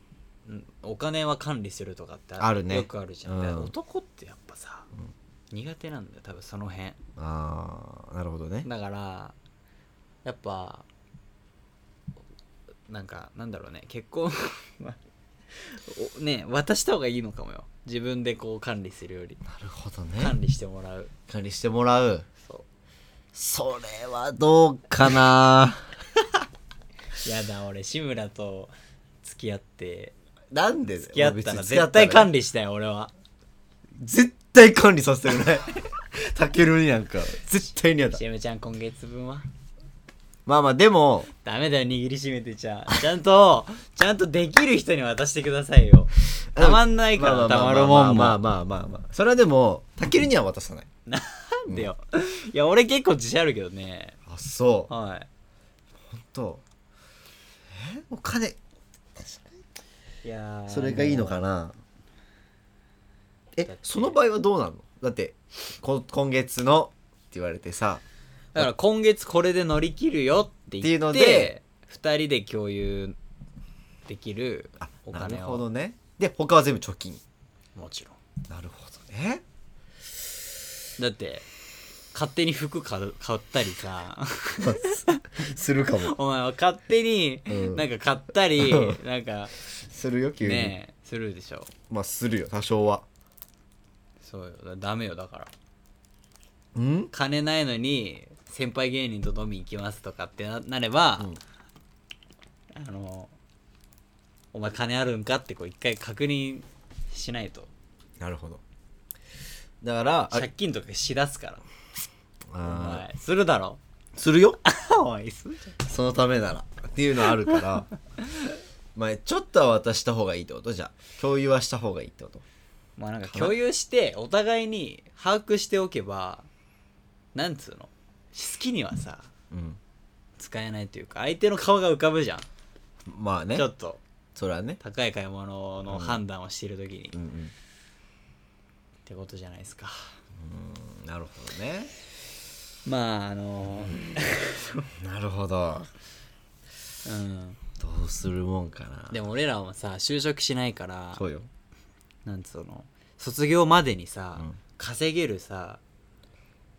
Speaker 2: んお金は管理するとかって
Speaker 1: あるね
Speaker 2: よくあるじゃん、
Speaker 1: うん
Speaker 2: で男ってやっぱさ、
Speaker 1: うん
Speaker 2: 苦手なんだよ多分その辺
Speaker 1: ああなるほどね
Speaker 2: だからやっぱなんかなんだろうね結婚 まあおね渡した方がいいのかもよ自分でこう管理するより
Speaker 1: なるほど
Speaker 2: 管
Speaker 1: ね
Speaker 2: 理してもらう
Speaker 1: 管理してもらう
Speaker 2: そ
Speaker 1: それはどうかな
Speaker 2: うやだ俺志村と付き合って
Speaker 1: なんで
Speaker 2: 付き合ったら絶対管
Speaker 1: 理
Speaker 2: 理したよ俺は
Speaker 1: 絶対管理させてくれ ないタケルになんか絶対にやだ
Speaker 2: しめちゃん今月分は
Speaker 1: まあまあでも
Speaker 2: ダメだよ握りしめてちゃちゃんとちゃんとできる人に渡してくださいよたまんないからたまるもん
Speaker 1: まあま
Speaker 2: も
Speaker 1: あまあまあまあまあそれはでもタケルには渡さない
Speaker 2: なんでよいや俺結構自信あるけどね
Speaker 1: あそう
Speaker 2: はい
Speaker 1: 本当えお金
Speaker 2: いやー
Speaker 1: それがいいのか
Speaker 2: も
Speaker 1: な
Speaker 2: だっ
Speaker 1: え
Speaker 2: て
Speaker 1: その場合はどうなのだってこ今月のって言われてさ
Speaker 2: うだから今月これで乗り切るよって言って
Speaker 1: っていうので
Speaker 2: 2人で共有できる
Speaker 1: あ
Speaker 2: お金
Speaker 1: なる
Speaker 2: を
Speaker 1: ほどねで他は全部貯金
Speaker 2: もちろん
Speaker 1: なるほど ね
Speaker 2: だって勝手に服買う買ったりさ
Speaker 1: するかも
Speaker 2: お前は勝手に
Speaker 1: うん
Speaker 2: なんか買ったり、
Speaker 1: う
Speaker 2: なんか
Speaker 1: するよ急に、
Speaker 2: ねするでしょ
Speaker 1: まあするよ多少は
Speaker 2: そうよだダメよだから
Speaker 1: うん
Speaker 2: 金ないのに先輩芸人と飲み行きますとかってななれば、
Speaker 1: うん
Speaker 2: あのお前金あるんかってこう一回確認しないと
Speaker 1: なるほどだからあ
Speaker 2: 借金とかしだすからお
Speaker 1: あ
Speaker 2: 前するだろ
Speaker 1: ーするよ
Speaker 2: おいするじ
Speaker 1: そのためならっていうのはある からまあちょっとは渡した方がいいってことじゃあ共有はした方がいいってこと
Speaker 2: まあなんか共有してお互いに把握しておけばなんつうの好きにはさ
Speaker 1: うん
Speaker 2: 使えないというか相手の顔が浮かぶじゃん
Speaker 1: まあね
Speaker 2: ちょっと
Speaker 1: それはね
Speaker 2: 高い買い物の判断をしている時に、
Speaker 1: う
Speaker 2: っ
Speaker 1: んうん
Speaker 2: てことじゃないですか
Speaker 1: うんなるほどね
Speaker 2: まああの
Speaker 1: なるほど
Speaker 2: うん
Speaker 1: どうするもんかな
Speaker 2: でも俺らはさ就職しないから
Speaker 1: そうよ
Speaker 2: なんつうの卒業までにさ、
Speaker 1: うん
Speaker 2: 稼げるさ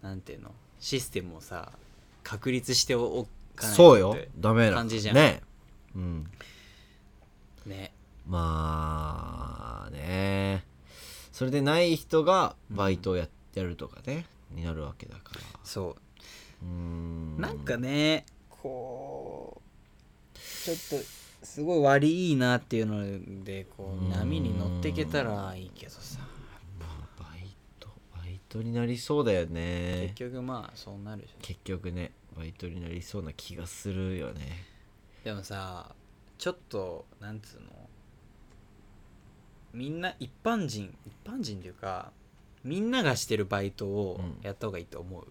Speaker 2: なんていうのシステムをさ確立しておかないと
Speaker 1: そうよダメな
Speaker 2: 感じじゃん
Speaker 1: ねうん
Speaker 2: ね
Speaker 1: まあねそれでない人がバイトをややるとかね、になるわけだから
Speaker 2: そううなんか
Speaker 1: ね
Speaker 2: ねこうちょっとすごい悪いなっていうのでこ
Speaker 1: う
Speaker 2: うん波に乗っていけたらいいけどさ
Speaker 1: バイトバイトになりそうだよね
Speaker 2: 結局まあそうなるじゃん
Speaker 1: 結局ねバイトになりそうな気がするよね
Speaker 2: でもさちょっとなんつうのみんな一般人一般人というかみんながしてるバイトを
Speaker 1: うん
Speaker 2: やった方がいいと思う、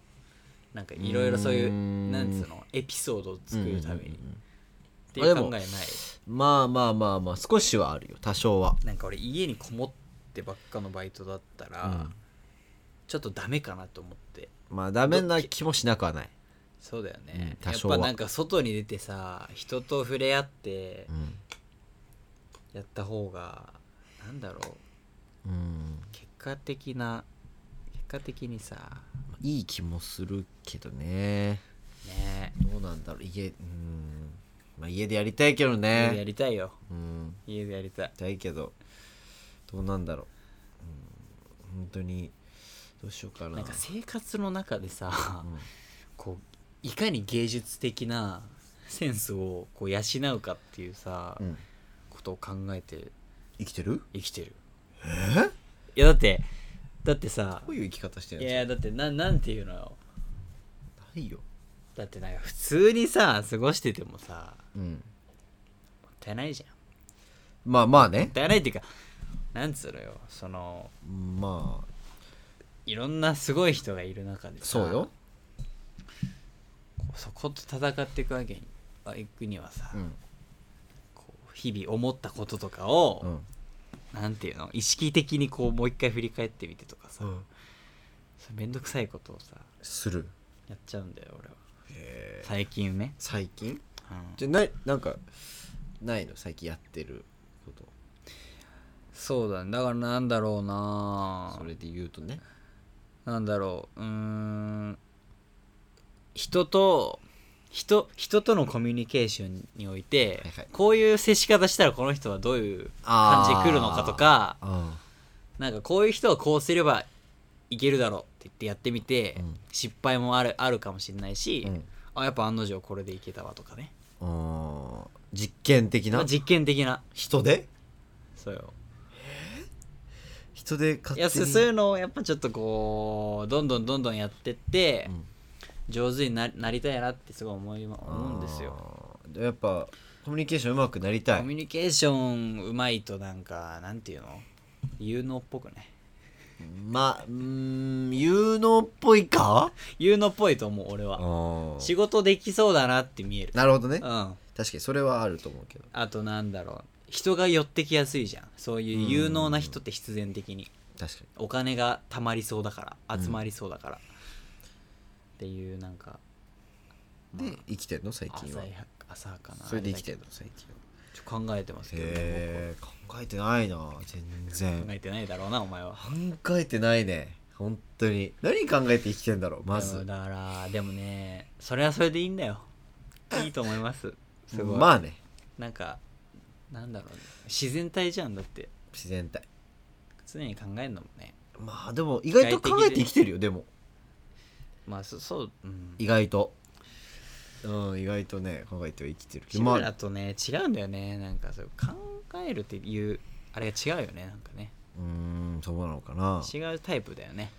Speaker 2: なんかいろいろそういう
Speaker 1: うーん
Speaker 2: なんつうのエピソードを作るため
Speaker 1: うんうん
Speaker 2: に
Speaker 1: うんうん
Speaker 2: っていう
Speaker 1: あで
Speaker 2: 考
Speaker 1: も
Speaker 2: えない
Speaker 1: まあまあまあまあ少しはあるよ多少は
Speaker 2: なんか俺家にこもってばっかのバイトだったら、
Speaker 1: うん
Speaker 2: ちょっとダメかなと思って
Speaker 1: まあダメな気もしなくはない、
Speaker 2: そうだよ
Speaker 1: うん
Speaker 2: ね、
Speaker 1: 多
Speaker 2: やっ
Speaker 1: 少
Speaker 2: ぱ
Speaker 1: は
Speaker 2: なんか外に出てさ人と触れ合って
Speaker 1: うん
Speaker 2: やった方がなんだろう
Speaker 1: うん、
Speaker 2: 結果的な結果的にさ
Speaker 1: いい気もするけどね
Speaker 2: ね
Speaker 1: どうなんだろう家うん、まあ、家でやりたいけど
Speaker 2: 家でや
Speaker 1: ね
Speaker 2: りたいよ
Speaker 1: うん
Speaker 2: 家でやりたい
Speaker 1: やりたいけどどうなんだろう、うん、本当にどうしようかな
Speaker 2: なんか生活の中でさ
Speaker 1: うん
Speaker 2: こういかに芸術的なセンスをこう養うかっていうさ、
Speaker 1: うん
Speaker 2: ことを考えて
Speaker 1: 生きてる
Speaker 2: 生きてる
Speaker 1: え
Speaker 2: いやだってだってさ
Speaker 1: どういう生き方してる
Speaker 2: い
Speaker 1: ん
Speaker 2: や
Speaker 1: で
Speaker 2: だってななんていうのよ
Speaker 1: すかないよ
Speaker 2: だってなんか普通にさ過ごしててもさ
Speaker 1: うん
Speaker 2: もったいないじゃんも
Speaker 1: まあまあね
Speaker 2: ったいないっていうかなんつうのよその
Speaker 1: まあ
Speaker 2: いろんなすごい人がいる中でさ
Speaker 1: そうよ
Speaker 2: そこと戦っていくわけにあいくにはさ、
Speaker 1: うん
Speaker 2: こう日々思ったこととかを、
Speaker 1: うん
Speaker 2: なんていうの意識的にこうもう一回振り返ってみてとかさ、
Speaker 1: うん
Speaker 2: それめんどくさいことをさ
Speaker 1: する
Speaker 2: やっちゃうんだよ俺は
Speaker 1: へえ
Speaker 2: 最近ね、
Speaker 1: 最近
Speaker 2: うん
Speaker 1: じゃないなんかないの最近やってること
Speaker 2: そうだねだからなんだろうな
Speaker 1: それで言うとね
Speaker 2: なんだろううーん人と人人とのコミュニケーションにおいて、
Speaker 1: はいはい
Speaker 2: こういう接し方したらこの人はどういう感じで来るのかとか
Speaker 1: あ
Speaker 2: なんかこういう人はこうすればいけるだろうって言ってやってみて、
Speaker 1: うん
Speaker 2: 失敗もあるあるかもしれない
Speaker 1: ー
Speaker 2: し、
Speaker 1: うん
Speaker 2: あやっぱ案の定これでいけたわとかね、
Speaker 1: あー実験的
Speaker 2: ま
Speaker 1: な
Speaker 2: あ、実験的な
Speaker 1: 人で
Speaker 2: そうよ
Speaker 1: 人で
Speaker 2: い
Speaker 1: 勝
Speaker 2: や
Speaker 1: 手
Speaker 2: そう
Speaker 1: に
Speaker 2: そういうのをやっぱちょっとこうどんどんどんどんやってって、
Speaker 1: うん
Speaker 2: 上手にななりたいなってすごい思い思うんですよ
Speaker 1: あーやっぱコミュニケーションうまくなりた
Speaker 2: コ
Speaker 1: い
Speaker 2: ミュニケーションうまいとなんかなんていうの有能っぽくね
Speaker 1: まあうーん有能っぽいか
Speaker 2: 有能っぽいと思う俺は仕事できそうだなって見える
Speaker 1: なるほどね
Speaker 2: うん
Speaker 1: 確かにそれはあると思うけど
Speaker 2: あとなんだろう人が寄ってきやすいじゃんそういう有能な人って必然的に
Speaker 1: 確か
Speaker 2: お金が貯まりそうだから集まりそうだから、っていうなんか
Speaker 1: にで生きてんの最近は
Speaker 2: 浅い浅はかな
Speaker 1: それで生きてんの
Speaker 2: あ
Speaker 1: 最近は
Speaker 2: れだけどちょっと考えてますけどね
Speaker 1: へえ考えてないな全
Speaker 2: 僕は考
Speaker 1: 然
Speaker 2: えてないだろうなお前は
Speaker 1: 考えてないね本当に何考えて生きてんだろうま
Speaker 2: でも
Speaker 1: ず
Speaker 2: だからでもねそれはそれでいいんだよいいと思い ますすごい、
Speaker 1: まあね
Speaker 2: なんかなんだろう、ね、自然体じゃんだって
Speaker 1: 自然体
Speaker 2: 常に考えるのもね
Speaker 1: まあでも意外と考えて生きてるよでも
Speaker 2: まあそそう、うん、
Speaker 1: 意外とうん意外とね考えては生きてるけど
Speaker 2: 君
Speaker 1: まあ
Speaker 2: らとね違うんだよねなんかそう考えるっていうあれが違うよねなんかね
Speaker 1: うーんそうなのかな
Speaker 2: 違うタイプだよね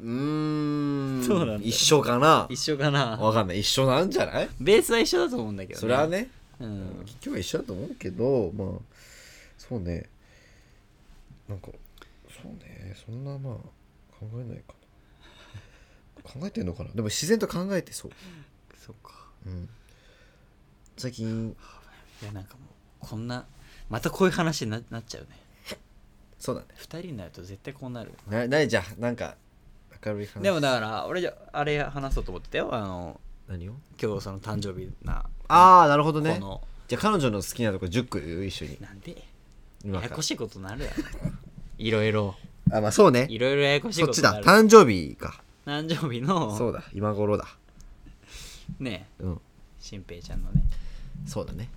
Speaker 1: うーん
Speaker 2: そうなんだ
Speaker 1: 一緒かな
Speaker 2: 一緒かな
Speaker 1: わかんない一緒なんじゃない
Speaker 2: ベースは一緒だと思うんだけどね
Speaker 1: それはね
Speaker 2: うん
Speaker 1: 結局は一緒だと思うけどまあそうねなんかそうねそんなまあ考えないかな考えてんのかなでも自然と考えてそう、
Speaker 2: そっか
Speaker 1: うん、最近
Speaker 2: いやなんかもうこんなまたこういう話にななっちゃうね
Speaker 1: そうだね
Speaker 2: 二人になると絶対こうなる
Speaker 1: なないじゃんなんか明るい話
Speaker 2: でもだから俺じゃあれ話そうと思ってたよあの
Speaker 1: 何を
Speaker 2: 今日その誕生日な
Speaker 1: ああなるほど
Speaker 2: こ
Speaker 1: ね
Speaker 2: の、
Speaker 1: じゃあ彼女の好きなとこ10個言う一緒に
Speaker 2: なんで
Speaker 1: 今
Speaker 2: や
Speaker 1: か
Speaker 2: や
Speaker 1: ら
Speaker 2: こしいことに なるやろいろいろ
Speaker 1: あまあそうね
Speaker 2: いろいろややこしい
Speaker 1: そっ
Speaker 2: こと
Speaker 1: ち
Speaker 2: にな
Speaker 1: だ
Speaker 2: る
Speaker 1: 誕生日か
Speaker 2: 誕生日の
Speaker 1: そうだ今頃だ
Speaker 2: ね
Speaker 1: うん
Speaker 2: 新平ちゃんのね
Speaker 1: そうだね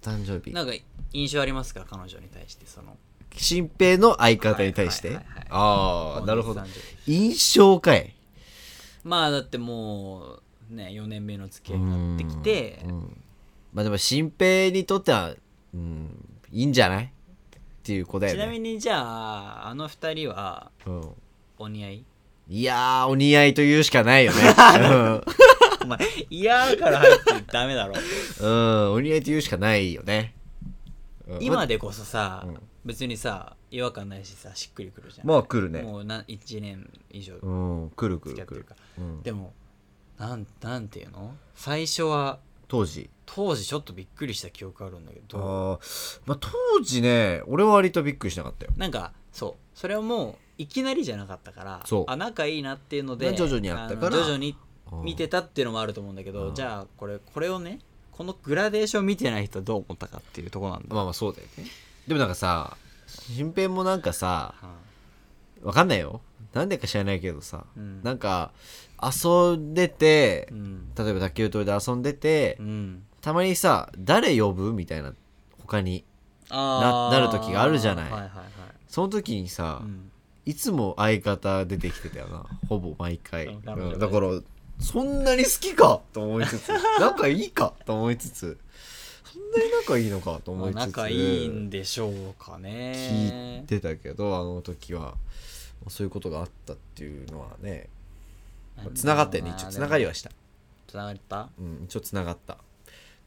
Speaker 1: 誕生日
Speaker 2: なんか印象ありますか彼女に対してその
Speaker 1: 新平の相方に対して、
Speaker 2: はいはいはいはい
Speaker 1: あ
Speaker 2: 本
Speaker 1: あ
Speaker 2: 日
Speaker 1: なるほど
Speaker 2: 誕生日
Speaker 1: 印象かい
Speaker 2: まあだってもうね4年目の付き合いになってきて
Speaker 1: うんうんまあでも新平にとっては、うん、いいんじゃないっていう子だよ
Speaker 2: ち
Speaker 1: ね
Speaker 2: なみにじゃああの2人は
Speaker 1: うん、
Speaker 2: お似合い
Speaker 1: いやーお似合いというしかないよね
Speaker 2: お前嫌から入ってダ メだろ
Speaker 1: うん、うんお似合いというしかないよね、うん
Speaker 2: 今
Speaker 1: ま
Speaker 2: でこそさ、
Speaker 1: うん
Speaker 2: 別にさ違和感ないしさしっくりくるじゃん、
Speaker 1: まあ来るね
Speaker 2: もうな1年以上
Speaker 1: うん来る来
Speaker 2: 付き
Speaker 1: る
Speaker 2: 合って
Speaker 1: 来
Speaker 2: る
Speaker 1: る
Speaker 2: から、
Speaker 1: うん、
Speaker 2: でもなんなんていうの最初は
Speaker 1: 当時
Speaker 2: 当時ちょっとびっくりした記憶あるんだけ
Speaker 1: あ
Speaker 2: ど
Speaker 1: ー、まあ、当時ね俺は割とびっくりしなかったよ
Speaker 2: なんかそうそれはもういきなりじゃなかったから
Speaker 1: そう
Speaker 2: あ仲いいなっていうので
Speaker 1: 徐々にあったから
Speaker 2: あの徐々に見て
Speaker 1: うん
Speaker 2: たっていうのもあると思うんだけど、
Speaker 1: うん
Speaker 2: じゃあこれこれをねこのグラデーション見てない人はどう思ったかっていうところなんだ、
Speaker 1: まあまあそうだよねでもなんかさ新平もなんかさ
Speaker 2: は
Speaker 1: わかんないよなんでか知らないけどさ、
Speaker 2: うん
Speaker 1: なんか遊んでて
Speaker 2: い、うん
Speaker 1: 例えば卓球トで遊んでて、
Speaker 2: うん
Speaker 1: たまにさ誰呼ぶみたいな他に
Speaker 2: あー
Speaker 1: ななる時があるじゃない
Speaker 2: はいはいはい、
Speaker 1: その時にさ、
Speaker 2: うん
Speaker 1: いつも相方出てきてたよ なほぼ毎回、
Speaker 2: うん
Speaker 1: うんだからそんなに好きかと思いつつ 仲いいかと思いつつそんなに仲いいのかと
Speaker 2: ま
Speaker 1: 思
Speaker 2: あ
Speaker 1: いつつ、
Speaker 2: 仲いいんでしょうかね
Speaker 1: 聞いてたけどあの時はそういうことがあったっていうのはねつながったよね一応つながりはした
Speaker 2: つながった
Speaker 1: うん一応つながった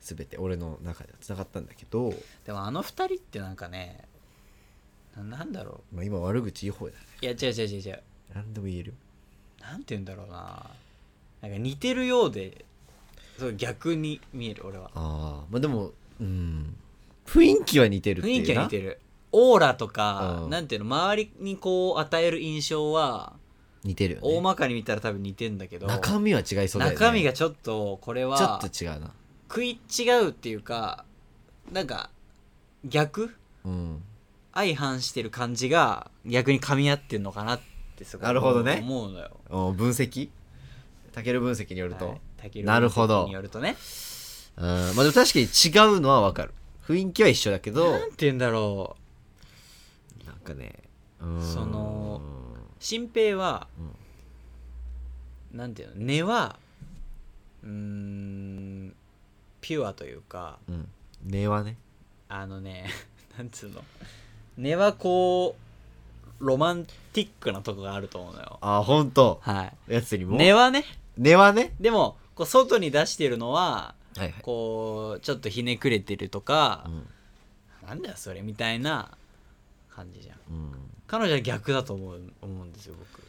Speaker 1: 全て俺の中ではつながったんだけど、
Speaker 2: でもあの二人ってなんかねななんだろ
Speaker 1: まあ、今悪口いい方だね
Speaker 2: ういや違う違う違う違う
Speaker 1: 何でも言える
Speaker 2: なんて言うんだろうななんか似てるようでそう逆に見える俺は
Speaker 1: ああまあでもうん雰囲気は似てるっていう
Speaker 2: 雰囲気は似て
Speaker 1: る
Speaker 2: るオーラとか、
Speaker 1: うん
Speaker 2: なんていうの周りにこう与える印象は、
Speaker 1: 似てるよ
Speaker 2: 大
Speaker 1: ね
Speaker 2: まかに見たら多分似てんだけど
Speaker 1: 中身は違いそうだよね
Speaker 2: 中身
Speaker 1: ち
Speaker 2: がちょっとこれ
Speaker 1: ょ
Speaker 2: は
Speaker 1: っと違うな
Speaker 2: 食い違うっていうかなんか逆
Speaker 1: うん
Speaker 2: 相反してる感じが逆に噛み合ってんのかなってすごい
Speaker 1: なるほどね
Speaker 2: 思うのよ、
Speaker 1: お分析タケル分析によると、
Speaker 2: はい、タケル
Speaker 1: なるほど
Speaker 2: 分析によるとね
Speaker 1: うんまあでも確かに違うのは分かる雰囲気は一緒だけど
Speaker 2: なんて言うんだろう
Speaker 1: なんかねうん
Speaker 2: その新平は
Speaker 1: うん
Speaker 2: なんていうの根はうーんピュアというか
Speaker 1: うん根はね
Speaker 2: あのね なんつうの根はこうロマンティックなとこがあると思うのよ
Speaker 1: あ本当
Speaker 2: は
Speaker 1: やつに
Speaker 2: い
Speaker 1: も
Speaker 2: 根はね
Speaker 1: 根はね
Speaker 2: でもこう外に出してるのは
Speaker 1: はいはい
Speaker 2: こうちょっとひねくれてるとか
Speaker 1: う、ん
Speaker 2: なんだよそれみたいな感じじゃん
Speaker 1: うん
Speaker 2: 彼女は逆だと思う思うんですよ僕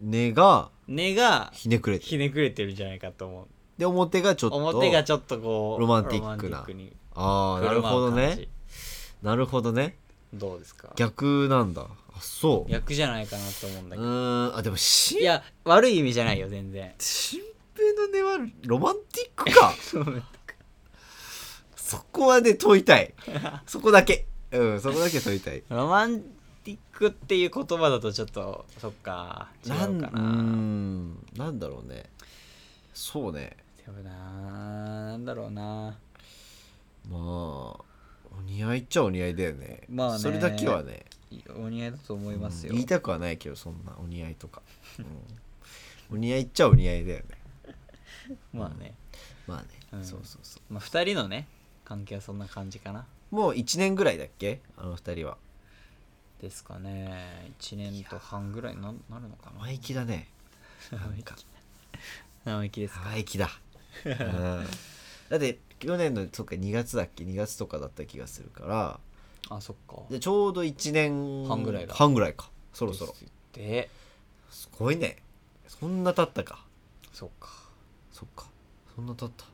Speaker 1: 根が
Speaker 2: 根が
Speaker 1: ひねくれて
Speaker 2: ひねくれてるんじゃないかと思う
Speaker 1: で表がちょっと
Speaker 2: 表がちょっとこう
Speaker 1: ロマンティックな
Speaker 2: ロマンティに
Speaker 1: ああなるほど
Speaker 2: 振舞う感
Speaker 1: ね
Speaker 2: じ
Speaker 1: なるほどね
Speaker 2: どうですか
Speaker 1: 逆なんだあそう
Speaker 2: 逆じゃないかなと思うん
Speaker 1: う
Speaker 2: だけど、
Speaker 1: ーんあでもし
Speaker 2: いや悪い意味じゃないよ全然
Speaker 1: 新平の根はロマンティック かそこはね問いた いそこだけうんそこだけ問いたい
Speaker 2: ロマンティックっていう言葉だとちょっとそっか違うか
Speaker 1: んう
Speaker 2: な
Speaker 1: ーんなんだろうねそうね
Speaker 2: でもななんだろうな
Speaker 1: まあお似合いっちゃお似合いだよね,、
Speaker 2: まあね
Speaker 1: それだけはね
Speaker 2: お似合いだと思いますよ、
Speaker 1: うん言いたくはないけどそんなお似合いとか、うん、お似合いっちゃお似合いだよね
Speaker 2: まあね、
Speaker 1: まあね、
Speaker 2: うん
Speaker 1: そうそうそ
Speaker 2: まあ、2人のね関係はそんな感じかな
Speaker 1: うもう1年ぐらいだっけあの2人は
Speaker 2: ですかね1年と半ぐらいにななるのかな
Speaker 1: 生意気だ ねなんか
Speaker 2: 生意気ですか
Speaker 1: 生意気だ、うんだって去年のそっか2月だっけ2月とかだった気がするから
Speaker 2: あそっか
Speaker 1: でちょうど1年
Speaker 2: 半ぐらいだ
Speaker 1: 半ぐらいかそろそろ
Speaker 2: です
Speaker 1: ごいねそんな経ったか
Speaker 2: そっか
Speaker 1: そっかそんな経った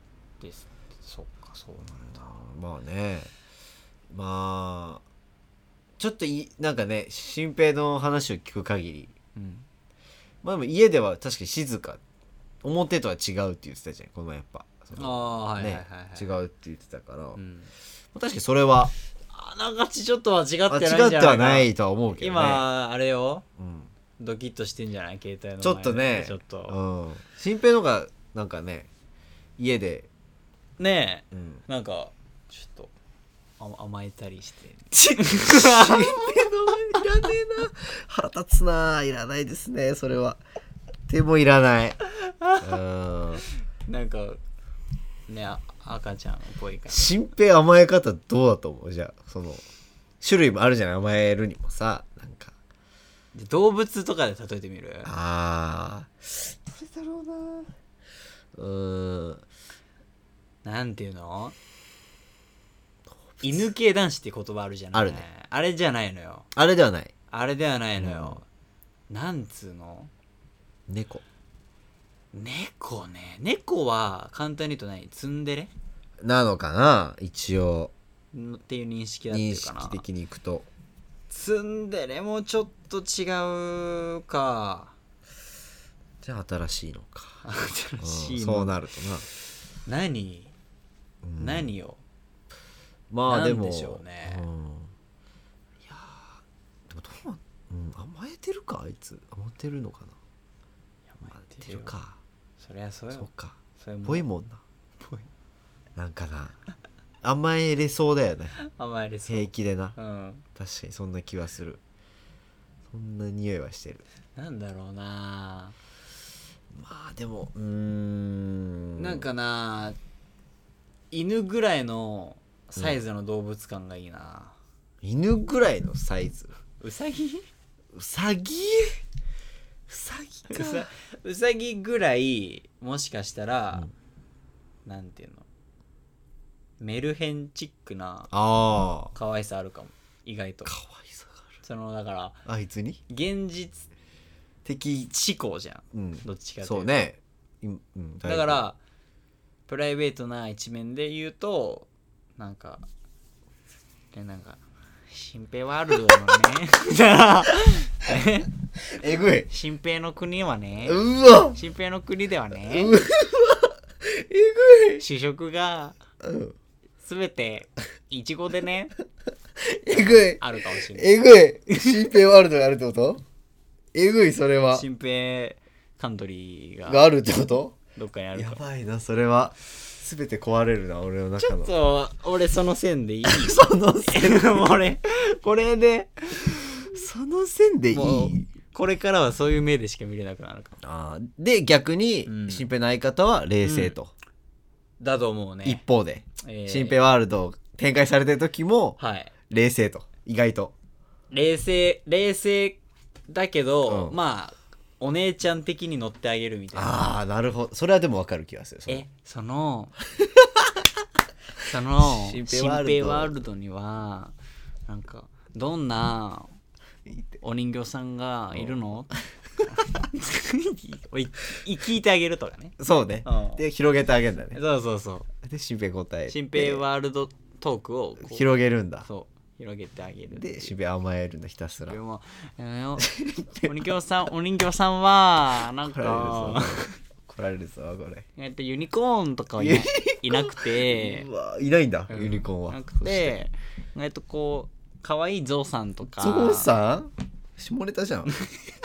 Speaker 2: ですそっかそうなんだ
Speaker 1: まあねまあちょっといなんかね新平の話を聞く限り
Speaker 2: うん
Speaker 1: まあでも家では確かに静か表とは違うって言ってたじゃんこの前やっぱそ
Speaker 2: あ
Speaker 1: の
Speaker 2: あはいはいはい
Speaker 1: ね、
Speaker 2: はい、
Speaker 1: 違うって言ってたから、
Speaker 2: う
Speaker 1: ま
Speaker 2: ん
Speaker 1: あ確かにそれは
Speaker 2: あながちちょっとは違って
Speaker 1: まあ
Speaker 2: ないんじゃ
Speaker 1: 違
Speaker 2: ないか
Speaker 1: ってはないとは思うけどね、
Speaker 2: 今あれよ
Speaker 1: うん
Speaker 2: ドキッとしてんじゃない携帯の前で
Speaker 1: ちょっとね
Speaker 2: ちょっと、
Speaker 1: うん、新平のがなんかね家で、
Speaker 2: ね
Speaker 1: うん、
Speaker 2: えなんかちょっと甘甘えたりして
Speaker 1: 新平のいらねえな腹立つないらないですねそれはでもいらないうん
Speaker 2: なんかねあ赤ちゃんっぽいから
Speaker 1: 新平甘え方どうだと思うじゃあその種類もあるじゃない甘えるにもさなんか
Speaker 2: で動物とかで例えてみる
Speaker 1: あーどれだろうなうん
Speaker 2: なんていうの犬系男子って言葉あるじゃない
Speaker 1: あるね
Speaker 2: あれじゃないのよ
Speaker 1: あれではない
Speaker 2: あれではないのよ、なんつうの
Speaker 1: 猫
Speaker 2: 猫ね猫は簡単に言うと何ツンデレ
Speaker 1: なのかな一応
Speaker 2: んっていう認識だって
Speaker 1: 認
Speaker 2: るかな
Speaker 1: 識的にいくと
Speaker 2: ツンデレもちょっと違うか
Speaker 1: じゃあ新しいのか
Speaker 2: 新しい
Speaker 1: うんそう
Speaker 2: の
Speaker 1: なるとな、
Speaker 2: 何
Speaker 1: うん
Speaker 2: 何を
Speaker 1: まあでも
Speaker 2: なんでしょうね
Speaker 1: ん、いやーでもどうなん、うん、甘えてるかあいつ甘えてるのかな甘えてるか
Speaker 2: そりゃそう
Speaker 1: そう
Speaker 2: よ
Speaker 1: か
Speaker 2: それも
Speaker 1: ぽいもんな
Speaker 2: ぽい
Speaker 1: なんかな甘えれそうだよね
Speaker 2: 甘えれそう
Speaker 1: 平気でな
Speaker 2: うん
Speaker 1: 確かにそんな気はするそんな匂いはしてる
Speaker 2: なんだろうな
Speaker 1: まあでもうーん
Speaker 2: なんかな犬ぐらいのサイズの動物感がいいな、
Speaker 1: 犬ぐらいのサイズ
Speaker 2: うさぎ
Speaker 1: うさぎうさぎ
Speaker 2: うさ
Speaker 1: か
Speaker 2: うさぎぐらいもしかしたら、なんていうのメルヘンチックな
Speaker 1: ああ
Speaker 2: 可愛さあるかも意外と
Speaker 1: かわいさがある
Speaker 2: そのだから
Speaker 1: あいつに
Speaker 2: 現実
Speaker 1: 敵
Speaker 2: 思考じゃん
Speaker 1: うん
Speaker 2: どっちかというと
Speaker 1: そうねいうん
Speaker 2: だからプライベートな一面で言うとなんかねなんか新平ワ ールドのね
Speaker 1: えぐい
Speaker 2: 新平の国はね
Speaker 1: うわ
Speaker 2: 新平の国ではね
Speaker 1: えぐい
Speaker 2: 主食が
Speaker 1: うん
Speaker 2: 全てイチゴでね
Speaker 1: えぐい
Speaker 2: あるかもしれない
Speaker 1: えぐい新兵ワールドがあるってことえぐいそれは
Speaker 2: 新平カントリー
Speaker 1: が
Speaker 2: が
Speaker 1: あるってこと
Speaker 2: どっかにある
Speaker 1: や
Speaker 2: か
Speaker 1: ばいなそれは全て壊れるな俺の
Speaker 2: ち
Speaker 1: 中
Speaker 2: ょっ
Speaker 1: の
Speaker 2: と俺その線でい い
Speaker 1: その線
Speaker 2: 俺これで
Speaker 1: その線でい
Speaker 2: もう
Speaker 1: い
Speaker 2: これからはそういう目でしか見れなくなるかも
Speaker 1: あーで逆に
Speaker 2: うん
Speaker 1: 新兵の相方は冷静と、
Speaker 2: だと思うね
Speaker 1: 一方で
Speaker 2: えー
Speaker 1: 新兵ワールド展開されてる時も
Speaker 2: はい
Speaker 1: 冷静と意外と
Speaker 2: 冷静冷静だけど、
Speaker 1: うん
Speaker 2: まあお姉ちゃん的に乗ってあげるみたいな
Speaker 1: ああなるほどそれはでもわかる気がするその
Speaker 2: えそ のその
Speaker 1: 新
Speaker 2: 新
Speaker 1: 兵ワールド
Speaker 2: 兵ワールドにはなんかどんない
Speaker 1: いって
Speaker 2: お人形さんがいるの、 おいい聞いてあげるとかね
Speaker 1: そうね
Speaker 2: うん
Speaker 1: で広げてあげるんだね
Speaker 2: そうそうそ
Speaker 1: で新兵答え
Speaker 2: う
Speaker 1: て
Speaker 2: 新兵ワールドトークをこう
Speaker 1: 広げるんだ
Speaker 2: そう広げてあげる
Speaker 1: で渋谷甘えるのひたすら
Speaker 2: でもあの お人形さんお人形さんはなん
Speaker 1: 怒られ
Speaker 2: か
Speaker 1: るぞ怒られるぞこれ
Speaker 2: えっとユニコーンとかはいないいなくて
Speaker 1: うわいないんだ
Speaker 2: うん
Speaker 1: ユニコーンはい
Speaker 2: なくてえっとこう可愛いゾウさんとか
Speaker 1: ゾウさん下ネタ じゃん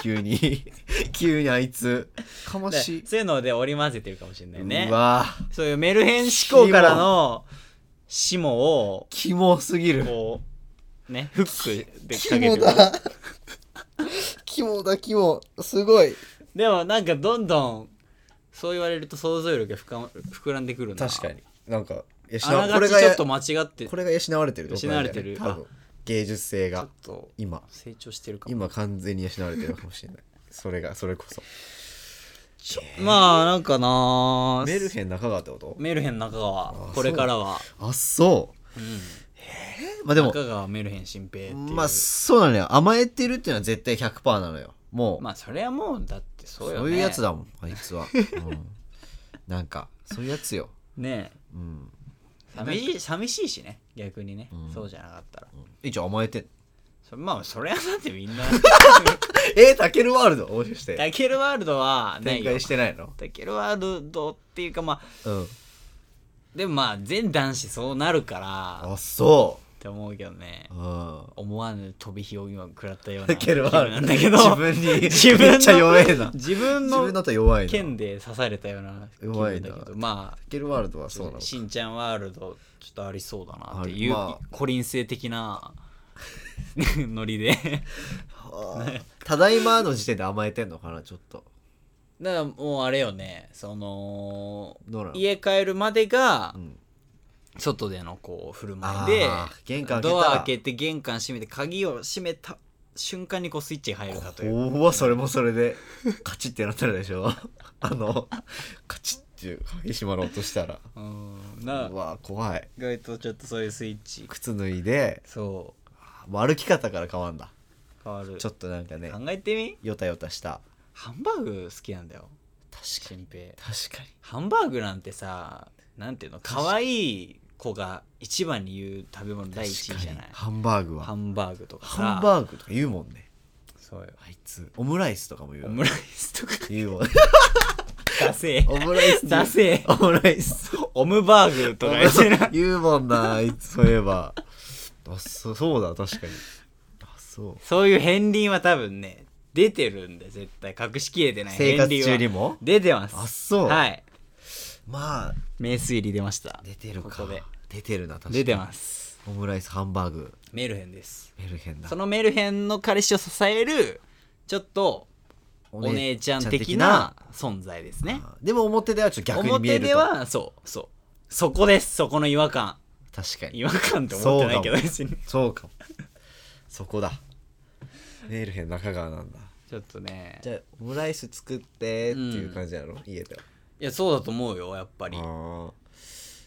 Speaker 1: 急に急にあいつかま
Speaker 2: で
Speaker 1: しい
Speaker 2: そういうので織り交ぜてるかもしれないね
Speaker 1: うわ
Speaker 2: そういうメルヘン思考からのシモを
Speaker 1: キモすぎる
Speaker 2: こうねフックで
Speaker 1: キ
Speaker 2: かけ
Speaker 1: モ
Speaker 2: てる
Speaker 1: だ キモだキモすごい
Speaker 2: でもなんかどんどんそう言われると想像力がふか膨らんでくるな
Speaker 1: 確かになんか養
Speaker 2: あな
Speaker 1: こ
Speaker 2: が
Speaker 1: れ
Speaker 2: ちちょっ
Speaker 1: が
Speaker 2: と間違って
Speaker 1: これが養われてるってことなんだよね
Speaker 2: 養われてる
Speaker 1: 多分芸術性
Speaker 2: ちょ
Speaker 1: が
Speaker 2: っと
Speaker 1: 今
Speaker 2: 成長してるかも
Speaker 1: 今完全に養われてるかもしれないそれがそれこそ
Speaker 2: ちょまあなんかな
Speaker 3: メルヘン中川ってこと
Speaker 2: メルヘン中川
Speaker 3: あ
Speaker 2: これからは
Speaker 1: あそう
Speaker 2: う、ん、
Speaker 1: まあでも
Speaker 2: 中川メルヘン新平っていう
Speaker 1: まあそうなのよ甘えてるっていうのは絶対100%なのよもう、
Speaker 2: まあそれはもうだってそう
Speaker 1: そう
Speaker 2: よね
Speaker 1: いうやつだもんあいつは、うん、なんかそういうやつよ、
Speaker 2: ねえ
Speaker 1: うん、
Speaker 2: 寂しい寂しいしね逆にね、
Speaker 1: うん
Speaker 2: そうじゃなかったら
Speaker 1: えじゃあ甘え てん
Speaker 2: そまあそれはだってみんな
Speaker 1: えタケルワールド応募して
Speaker 2: タケルワールドはない
Speaker 1: 展
Speaker 2: よ
Speaker 1: 開してないの
Speaker 2: タケルワールドっていうかまあ
Speaker 1: うん
Speaker 2: でもまあ全男子そうなるからっ
Speaker 1: あそ
Speaker 2: て思うけどね
Speaker 1: う、うん、
Speaker 2: 思わぬ飛び火を今食らったような
Speaker 1: タケルワールド
Speaker 2: 気分なんだけど
Speaker 1: 自分に
Speaker 2: 自分の
Speaker 1: めっちゃ弱えな
Speaker 2: 自分
Speaker 1: 自分だ
Speaker 2: の
Speaker 1: と弱いな
Speaker 2: 剣で刺されたような気
Speaker 1: 弱い
Speaker 2: 分
Speaker 1: な
Speaker 2: だけどま
Speaker 1: タケルワールドは
Speaker 2: あ
Speaker 1: そうなの
Speaker 2: しんちゃんワールドちょっとありそうだなっていう、
Speaker 1: あるまあ
Speaker 2: コリン性的 なノリで
Speaker 1: あーただいまの時点で甘えてんのかなちょっと
Speaker 2: だからもうあれよねその
Speaker 1: どうなの
Speaker 2: 家帰るまでが
Speaker 1: うん
Speaker 2: 外でのこう振る舞いで
Speaker 1: あー玄関開けた
Speaker 2: ド
Speaker 1: ら
Speaker 2: ア開けて玄関閉めて鍵を閉めた瞬間にこうスイッチが入るかという
Speaker 1: おおそれもそれでカチッてなったらでしょ あのカチッっていう鍵閉まろうとしたら
Speaker 2: うん
Speaker 1: う
Speaker 2: な
Speaker 1: わ怖い
Speaker 2: 意外とちょっとそういうスイッチ
Speaker 1: 靴脱いで
Speaker 2: そ
Speaker 1: もう歩き方から変わんだ
Speaker 2: う変わる
Speaker 1: ちょっとなんかね
Speaker 2: 考えてみ
Speaker 1: ヨタヨタした
Speaker 2: ハンバーグ好きなんだよ
Speaker 1: 確
Speaker 2: 新平
Speaker 1: 確かに
Speaker 2: ハンバーグなんてさなんていうの可愛い子が一番に言う食べ物第一位じゃない
Speaker 1: ハンバーグは
Speaker 2: ハンバーグとかさ
Speaker 1: ハンバーグとか言うもんね
Speaker 2: そうよ
Speaker 1: あいつオムライスとかも言う
Speaker 2: オムライスとか
Speaker 1: 言うもん
Speaker 2: ダセえ
Speaker 1: オムライス
Speaker 2: ダセえ
Speaker 1: オムライス
Speaker 2: オムバーグとか言ってな
Speaker 1: 言うもんなあいつそういえ ばあそそうだ確かにあそう
Speaker 2: そういう片鱗は多分ね出てるんで絶対隠しきれてない
Speaker 1: 生活中に
Speaker 2: も
Speaker 1: も
Speaker 2: 出てます
Speaker 1: あそう
Speaker 2: はい
Speaker 1: まあ
Speaker 2: 名推理出ました
Speaker 1: 出てるか
Speaker 2: ここで
Speaker 1: 出てるな確かに
Speaker 2: 出てます
Speaker 1: オムライスハンバーグ
Speaker 2: メルヘンです
Speaker 1: メルヘンだ
Speaker 2: そのメルヘンの彼氏を支えるちょっと
Speaker 1: お
Speaker 2: お姉ちゃん的な存在ですね
Speaker 1: あーでも表ではちょっと逆に見える
Speaker 2: 表
Speaker 1: と
Speaker 2: ではそうそうそこですそこの違和感
Speaker 1: 確かに
Speaker 2: 違和感って思ってないけ
Speaker 1: そうか
Speaker 2: ど
Speaker 1: も
Speaker 2: 別に
Speaker 1: そうかもそこだメルヘン中川なんだ
Speaker 2: ちょっとね
Speaker 1: じゃあオムライス作ってっていう感じなの、家ではい
Speaker 2: やそうだと思うよやっぱり
Speaker 1: あ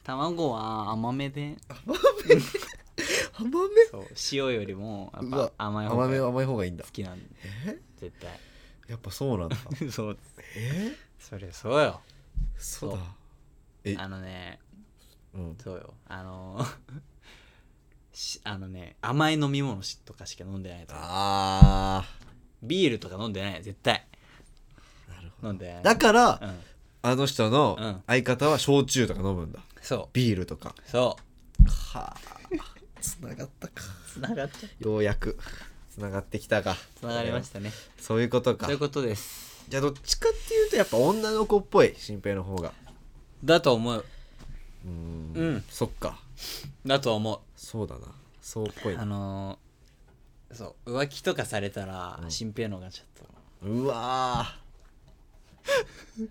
Speaker 2: 卵は甘めで
Speaker 1: あ甘
Speaker 2: そう塩よりもやっ
Speaker 1: うわ
Speaker 2: ぱ甘
Speaker 1: め
Speaker 2: い方が
Speaker 1: 甘め
Speaker 2: 好
Speaker 1: 甘い方がいいんだ
Speaker 2: きなんで絶
Speaker 1: やっぱそうなんだ
Speaker 2: 対そう
Speaker 1: え
Speaker 2: そりゃそうよ
Speaker 1: そうだ
Speaker 2: そう
Speaker 1: え
Speaker 2: あのね
Speaker 1: うん
Speaker 2: そうよあの しあのね甘い飲み物しとかしか飲んでないとか
Speaker 1: あ
Speaker 2: ビールとか飲んでない絶対
Speaker 1: ーなるほ
Speaker 2: 飲んでない
Speaker 1: どだから、
Speaker 2: うん
Speaker 1: あの人
Speaker 2: う
Speaker 1: の
Speaker 2: ん
Speaker 1: 相方は焼酎とか飲むんだ
Speaker 2: そう
Speaker 1: ビールとか
Speaker 2: そ
Speaker 1: はあつながったか
Speaker 2: うつながった
Speaker 1: ようやくつながってきたか
Speaker 2: つながりましたね
Speaker 1: そういうことか
Speaker 2: ということです
Speaker 1: じゃあどっちかっていうとやっぱ女の子っぽい新平の方が
Speaker 2: だと思う
Speaker 1: うーん
Speaker 2: うん
Speaker 1: そっか
Speaker 2: だと思う
Speaker 1: そうだなそうっぽい
Speaker 2: あ
Speaker 1: な
Speaker 2: のーそう浮気とかされたら
Speaker 1: うん
Speaker 2: 新平のがちょっと
Speaker 1: うわ ー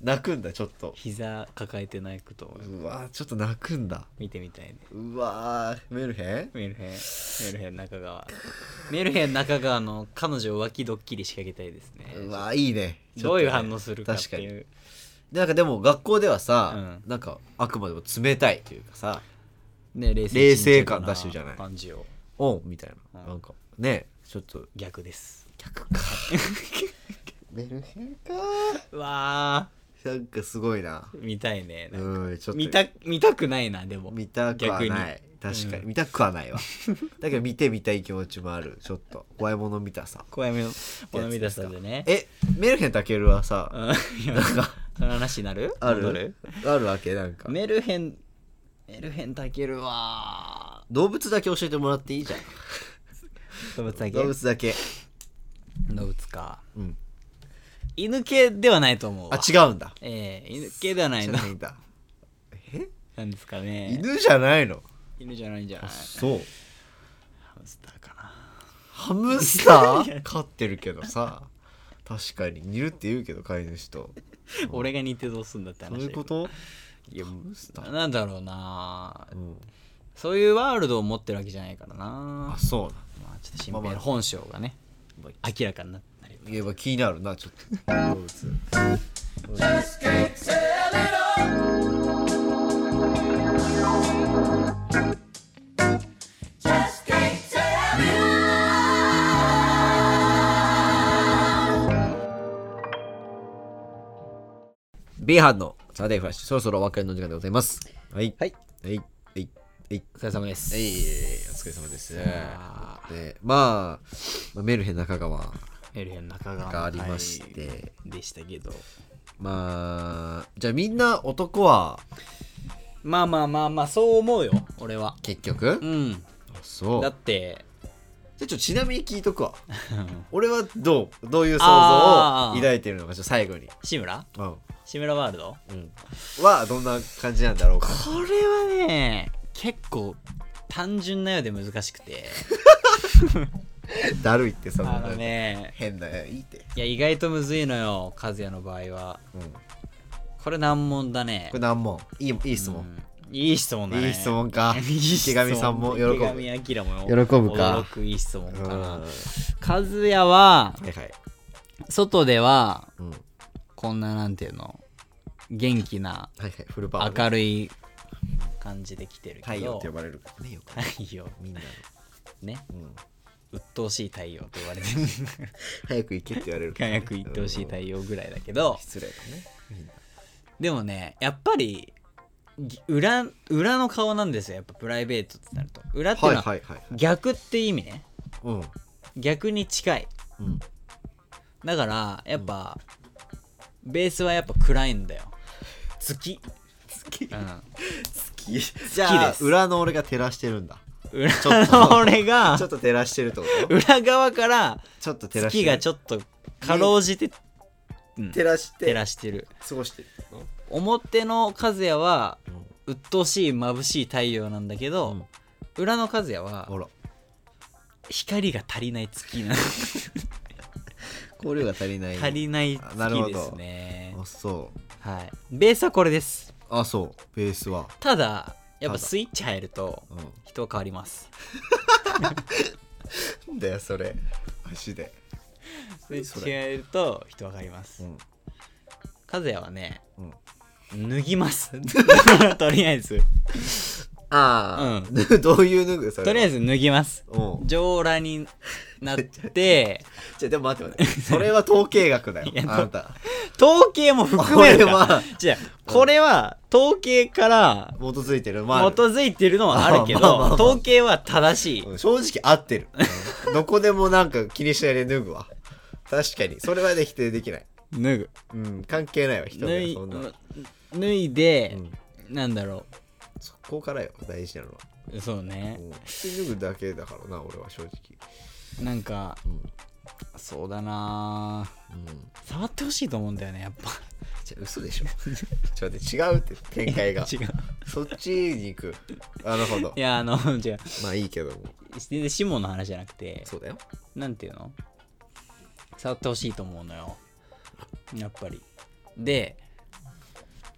Speaker 1: 泣くんだちょっと
Speaker 2: 膝抱えて泣くと思う
Speaker 1: うわーちょっと泣くんだ
Speaker 2: 見てみたいね
Speaker 1: うわーメルヘン
Speaker 2: メルヘンメルヘン中川メルヘン中川の彼女を浮気ドッキリ仕掛けたいですね
Speaker 1: うわーいいねちょっ
Speaker 2: ど
Speaker 1: と
Speaker 2: う
Speaker 1: ね
Speaker 2: いう反応するかっ
Speaker 1: 確か
Speaker 2: て
Speaker 1: に
Speaker 2: いう
Speaker 1: でなんかでも学校ではさ、
Speaker 2: う
Speaker 1: なんかあくまでも冷たいというかさ
Speaker 2: ね冷
Speaker 1: 冷静感出してるじゃない
Speaker 2: 感じを
Speaker 1: オンみたいな、
Speaker 2: うん
Speaker 1: なんかねちょっと
Speaker 2: 逆です
Speaker 1: 逆 かメルヘンか
Speaker 2: うわ
Speaker 1: なんかすごいな
Speaker 2: ー見たいねなんか
Speaker 1: うんちょっと
Speaker 2: 見た見たくないなでも
Speaker 1: 見たくはない確かに、見たくはないわだけど見てみたい気持ちもあるちょっと怖いもの見たさ
Speaker 2: 怖いものもの見出したんでね
Speaker 1: えメルヘンたけるはさ、
Speaker 2: うん今その話になる
Speaker 1: あ
Speaker 2: 戻
Speaker 1: るあるわけなんか
Speaker 2: メルヘンメルヘンタケルは
Speaker 1: 動物だけ教えてもらっていいじゃん
Speaker 2: 動物だけ
Speaker 1: 動物だけ
Speaker 2: 動物か
Speaker 1: うん
Speaker 2: 犬系ではないと思うわ
Speaker 1: あ違うんだ
Speaker 2: ええ犬系ではない
Speaker 1: じゃ
Speaker 2: な
Speaker 1: ないんだえ
Speaker 2: なんですかね犬
Speaker 1: 犬じゃないの
Speaker 2: じゃないんじゃない
Speaker 1: そう
Speaker 2: ハムスターか
Speaker 1: ハムスター飼ってるけどさ確かに似るって言うけど飼い主と
Speaker 2: な、俺が似てどうすんだって話
Speaker 1: そういうこといやハムスター、
Speaker 2: なんだろうな
Speaker 1: うん、
Speaker 2: そういうワールドを持ってるわけじゃないからな
Speaker 1: あそうな
Speaker 2: まあちょっと新
Speaker 1: まあま
Speaker 2: 平
Speaker 1: あ
Speaker 2: の本性がね
Speaker 1: まあ
Speaker 2: 明らかになったりね
Speaker 1: 言えば気になるなちょっと動物
Speaker 4: ビーハンのサタデーフラッシュ、そろそろお別れの時間でございます。
Speaker 1: はい
Speaker 4: はい
Speaker 1: はいはいはい
Speaker 2: お疲れ様です。
Speaker 1: はいお疲れ様です
Speaker 2: あ
Speaker 1: でまあまあメルヘン中川
Speaker 2: ーエルヘン中川
Speaker 1: がありまして、
Speaker 2: はいでしたけど。
Speaker 1: まあじゃあみんな男は
Speaker 2: まあまあまあまあ、そう思うよ、俺は。
Speaker 1: 結局
Speaker 2: うん。
Speaker 1: そう
Speaker 2: だって、
Speaker 1: じゃあちょっとちなみに聞いとく わ俺はどうどういう想像
Speaker 2: あ
Speaker 1: を
Speaker 2: ー
Speaker 1: 抱いてるのかちょっと最後に、
Speaker 2: 志村
Speaker 1: うん
Speaker 2: 志村ワールド
Speaker 1: うん、はどんな感じなんだろ うか
Speaker 2: これはね、結構単純なようで難しく て。
Speaker 1: だるいってその
Speaker 2: あのね、
Speaker 1: 変だよいいって、
Speaker 2: いや、意外とむずいのよ、和也の場合は。
Speaker 1: うん、こ
Speaker 2: これ難問だね。
Speaker 1: れ難問いいいい質問、
Speaker 2: うんいい質問だね。
Speaker 1: いい質問か
Speaker 2: いい質問。
Speaker 1: 池上さんも喜ぶ
Speaker 2: 池上彰も
Speaker 1: 喜ぶか
Speaker 2: 驚くいい質問
Speaker 1: うん
Speaker 2: かな
Speaker 1: は。
Speaker 2: 和也は、
Speaker 1: いはい、
Speaker 2: 外では、
Speaker 1: うん、はい
Speaker 2: こんななんていうの、元気な、
Speaker 1: はいフルパワー
Speaker 2: 明るい感じで来てる
Speaker 1: 太
Speaker 2: け
Speaker 1: 陽
Speaker 2: ど、
Speaker 1: って呼ばれるからねよく
Speaker 2: 太陽
Speaker 1: みんな
Speaker 2: ね、
Speaker 1: の、うん、
Speaker 2: 鬱陶しい太陽と言 われてる。
Speaker 1: 早く行けって言われるからね
Speaker 2: 早く鬱陶しい太陽ぐらいだけ
Speaker 1: うん
Speaker 2: ど、
Speaker 1: 失礼だねみんな
Speaker 2: でもねやっぱりぎ裏裏の顔なんですよやっぱプライベートってなると裏っていう
Speaker 1: はい
Speaker 2: のは
Speaker 1: はいはい
Speaker 2: 逆って意味ね
Speaker 1: うん
Speaker 2: 逆に近い
Speaker 1: うん
Speaker 2: だからやっぱ、ベースはやっぱ暗いんだよ月、
Speaker 1: 月
Speaker 2: うん、
Speaker 1: 月じゃあ
Speaker 2: です
Speaker 1: 裏の俺が照らしてるんだ
Speaker 2: 裏
Speaker 1: ちょっ
Speaker 2: の
Speaker 1: と
Speaker 2: 俺が
Speaker 1: ちょっと照らしてる ってこと
Speaker 2: 裏側から
Speaker 1: ちょっと照らして
Speaker 2: 月
Speaker 1: る
Speaker 2: がちょっとかろうじて、うん、
Speaker 1: 照らして
Speaker 2: 照らしてる
Speaker 1: 過ごしてるの
Speaker 2: 表の和也は
Speaker 1: うん
Speaker 2: 鬱陶しい眩しい太陽なんだけど、
Speaker 1: うん
Speaker 2: 裏の和也は
Speaker 1: あら
Speaker 2: 光が足りない月なの
Speaker 1: 光量が足りない
Speaker 2: 足りない
Speaker 1: あなるほ
Speaker 2: 月
Speaker 1: ど
Speaker 2: ですね
Speaker 1: あそう
Speaker 2: はいベースはこれです
Speaker 1: あそうベースは
Speaker 2: ただやったぱ
Speaker 1: だ
Speaker 2: スイッチ入ると
Speaker 1: う
Speaker 2: 人は変わります
Speaker 1: んだよそれ足で
Speaker 2: スイッチ
Speaker 1: そ
Speaker 2: 入ると人は変わります
Speaker 1: うん
Speaker 2: 和也はね
Speaker 1: うん
Speaker 2: 脱ぎます とりあえず
Speaker 1: ああ どういう脱ぐそれ
Speaker 2: とりあえ
Speaker 1: ず
Speaker 2: ず脱ぎます
Speaker 1: うん
Speaker 2: 上裸になって
Speaker 1: じゃでも待って 待ってそれは統計学だよ
Speaker 2: いや
Speaker 1: あなた
Speaker 2: 統計も含める
Speaker 1: これ
Speaker 2: か
Speaker 1: は
Speaker 2: じゃこれは統計から
Speaker 1: 基づいてる
Speaker 2: 基
Speaker 1: まあ
Speaker 2: づいてるのはあるけ
Speaker 1: あまあまあま
Speaker 2: ど
Speaker 1: あ
Speaker 2: 統計は正しい
Speaker 1: うん正直合ってるうんどこでもなんか気にしないで脱ぐわ確かにそれまで否定できない
Speaker 2: 脱ぐ
Speaker 1: うん関係ないわ人
Speaker 2: 脱
Speaker 1: が
Speaker 2: い
Speaker 1: そんなの
Speaker 2: 脱いで、
Speaker 1: うん
Speaker 2: なんだろ
Speaker 1: そこからよ大事なのは
Speaker 2: うそうね
Speaker 1: うん普通に脱ぐだけだからな俺は正直
Speaker 2: なんか
Speaker 1: うん
Speaker 2: そうだなあ
Speaker 1: うん
Speaker 2: 触ってほしいと思うんだよねやっぱ
Speaker 1: じゃ嘘でしょ ちょっと待って違うって展開が
Speaker 2: 違う
Speaker 1: そっちに行くなるほど
Speaker 2: いやあの違う
Speaker 1: まあいいけども
Speaker 2: 全然シモンの話じゃなくて
Speaker 1: そうだよ
Speaker 2: なんていうの触ってほしいと思うのよやっぱりで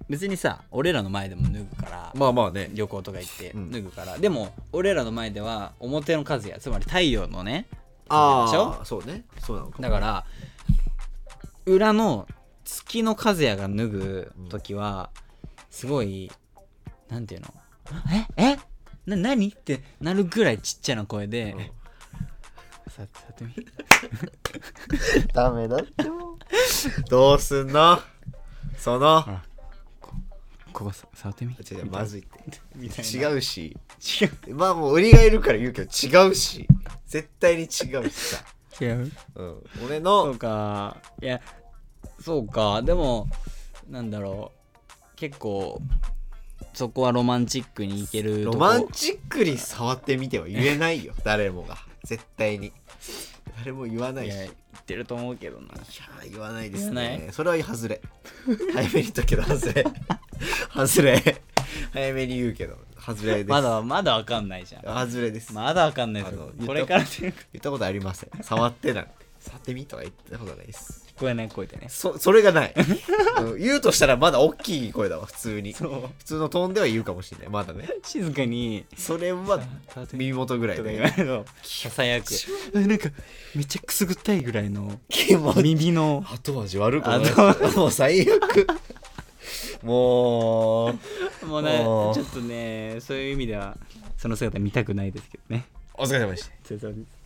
Speaker 2: 別にさ俺らの前でも脱ぐから、
Speaker 1: まあまあね
Speaker 2: 旅行とか行って
Speaker 1: うん
Speaker 2: 脱ぐから、でも俺らの前では表の数やつまり太陽のね
Speaker 1: あ
Speaker 2: でしょ
Speaker 1: あそうねそうなのかも
Speaker 2: だから裏の月の和也が脱ぐ時はすごいなんていうのええな何ってなるぐらいちっちゃな声で、
Speaker 1: うん
Speaker 2: ささてみ
Speaker 1: ダメだって どうすんのその
Speaker 2: らここさ触ってみ
Speaker 1: 違う違うまずいって
Speaker 2: みたいな
Speaker 1: 違うし
Speaker 2: 違う
Speaker 1: まあもう俺がいるから言うけど違うし絶対に違うしさ、
Speaker 2: 違う
Speaker 1: うん、俺
Speaker 2: そ
Speaker 1: の
Speaker 2: うかいやそうかでもなんだろう結構そこはロマンチックにいけると
Speaker 1: ロ
Speaker 2: こ
Speaker 1: マンチックに触ってみては言えない よ誰もが絶対に誰も言わない
Speaker 2: い
Speaker 1: し
Speaker 2: や言ってると思うけどない
Speaker 1: やー言わないです
Speaker 2: 言わ
Speaker 1: ね。それは外れ。早めに言っとくけど外 れ。外れ。早めに言うけど外れです。
Speaker 2: まだまだわかんないじゃん
Speaker 1: 外れです。
Speaker 2: まだわかんないで
Speaker 1: あの言
Speaker 2: す
Speaker 1: った
Speaker 2: これからっていうか
Speaker 1: 言ったことありません。触ってなんて。触ってみとは言ったことないです。
Speaker 2: こえない声でね
Speaker 1: そそれが ない、うん言うとしたらまだ大きい声だわ普通に
Speaker 2: そう
Speaker 1: 普通のトーンでは言うかもしれないま だね
Speaker 2: 静かに
Speaker 1: それは
Speaker 2: パート
Speaker 1: 耳元ぐらい
Speaker 2: とか
Speaker 1: で、
Speaker 2: 言われるのささやくえ なんかめっちゃくすぐったいぐらいの
Speaker 1: 気持ち
Speaker 2: 耳の
Speaker 1: 後味悪くない
Speaker 2: 後
Speaker 1: もう 最悪もう
Speaker 2: もうね
Speaker 1: おー
Speaker 2: ちょっとねそういう意味ではその姿見たくないですけどね
Speaker 1: お疲れ様でした
Speaker 2: お疲れ様です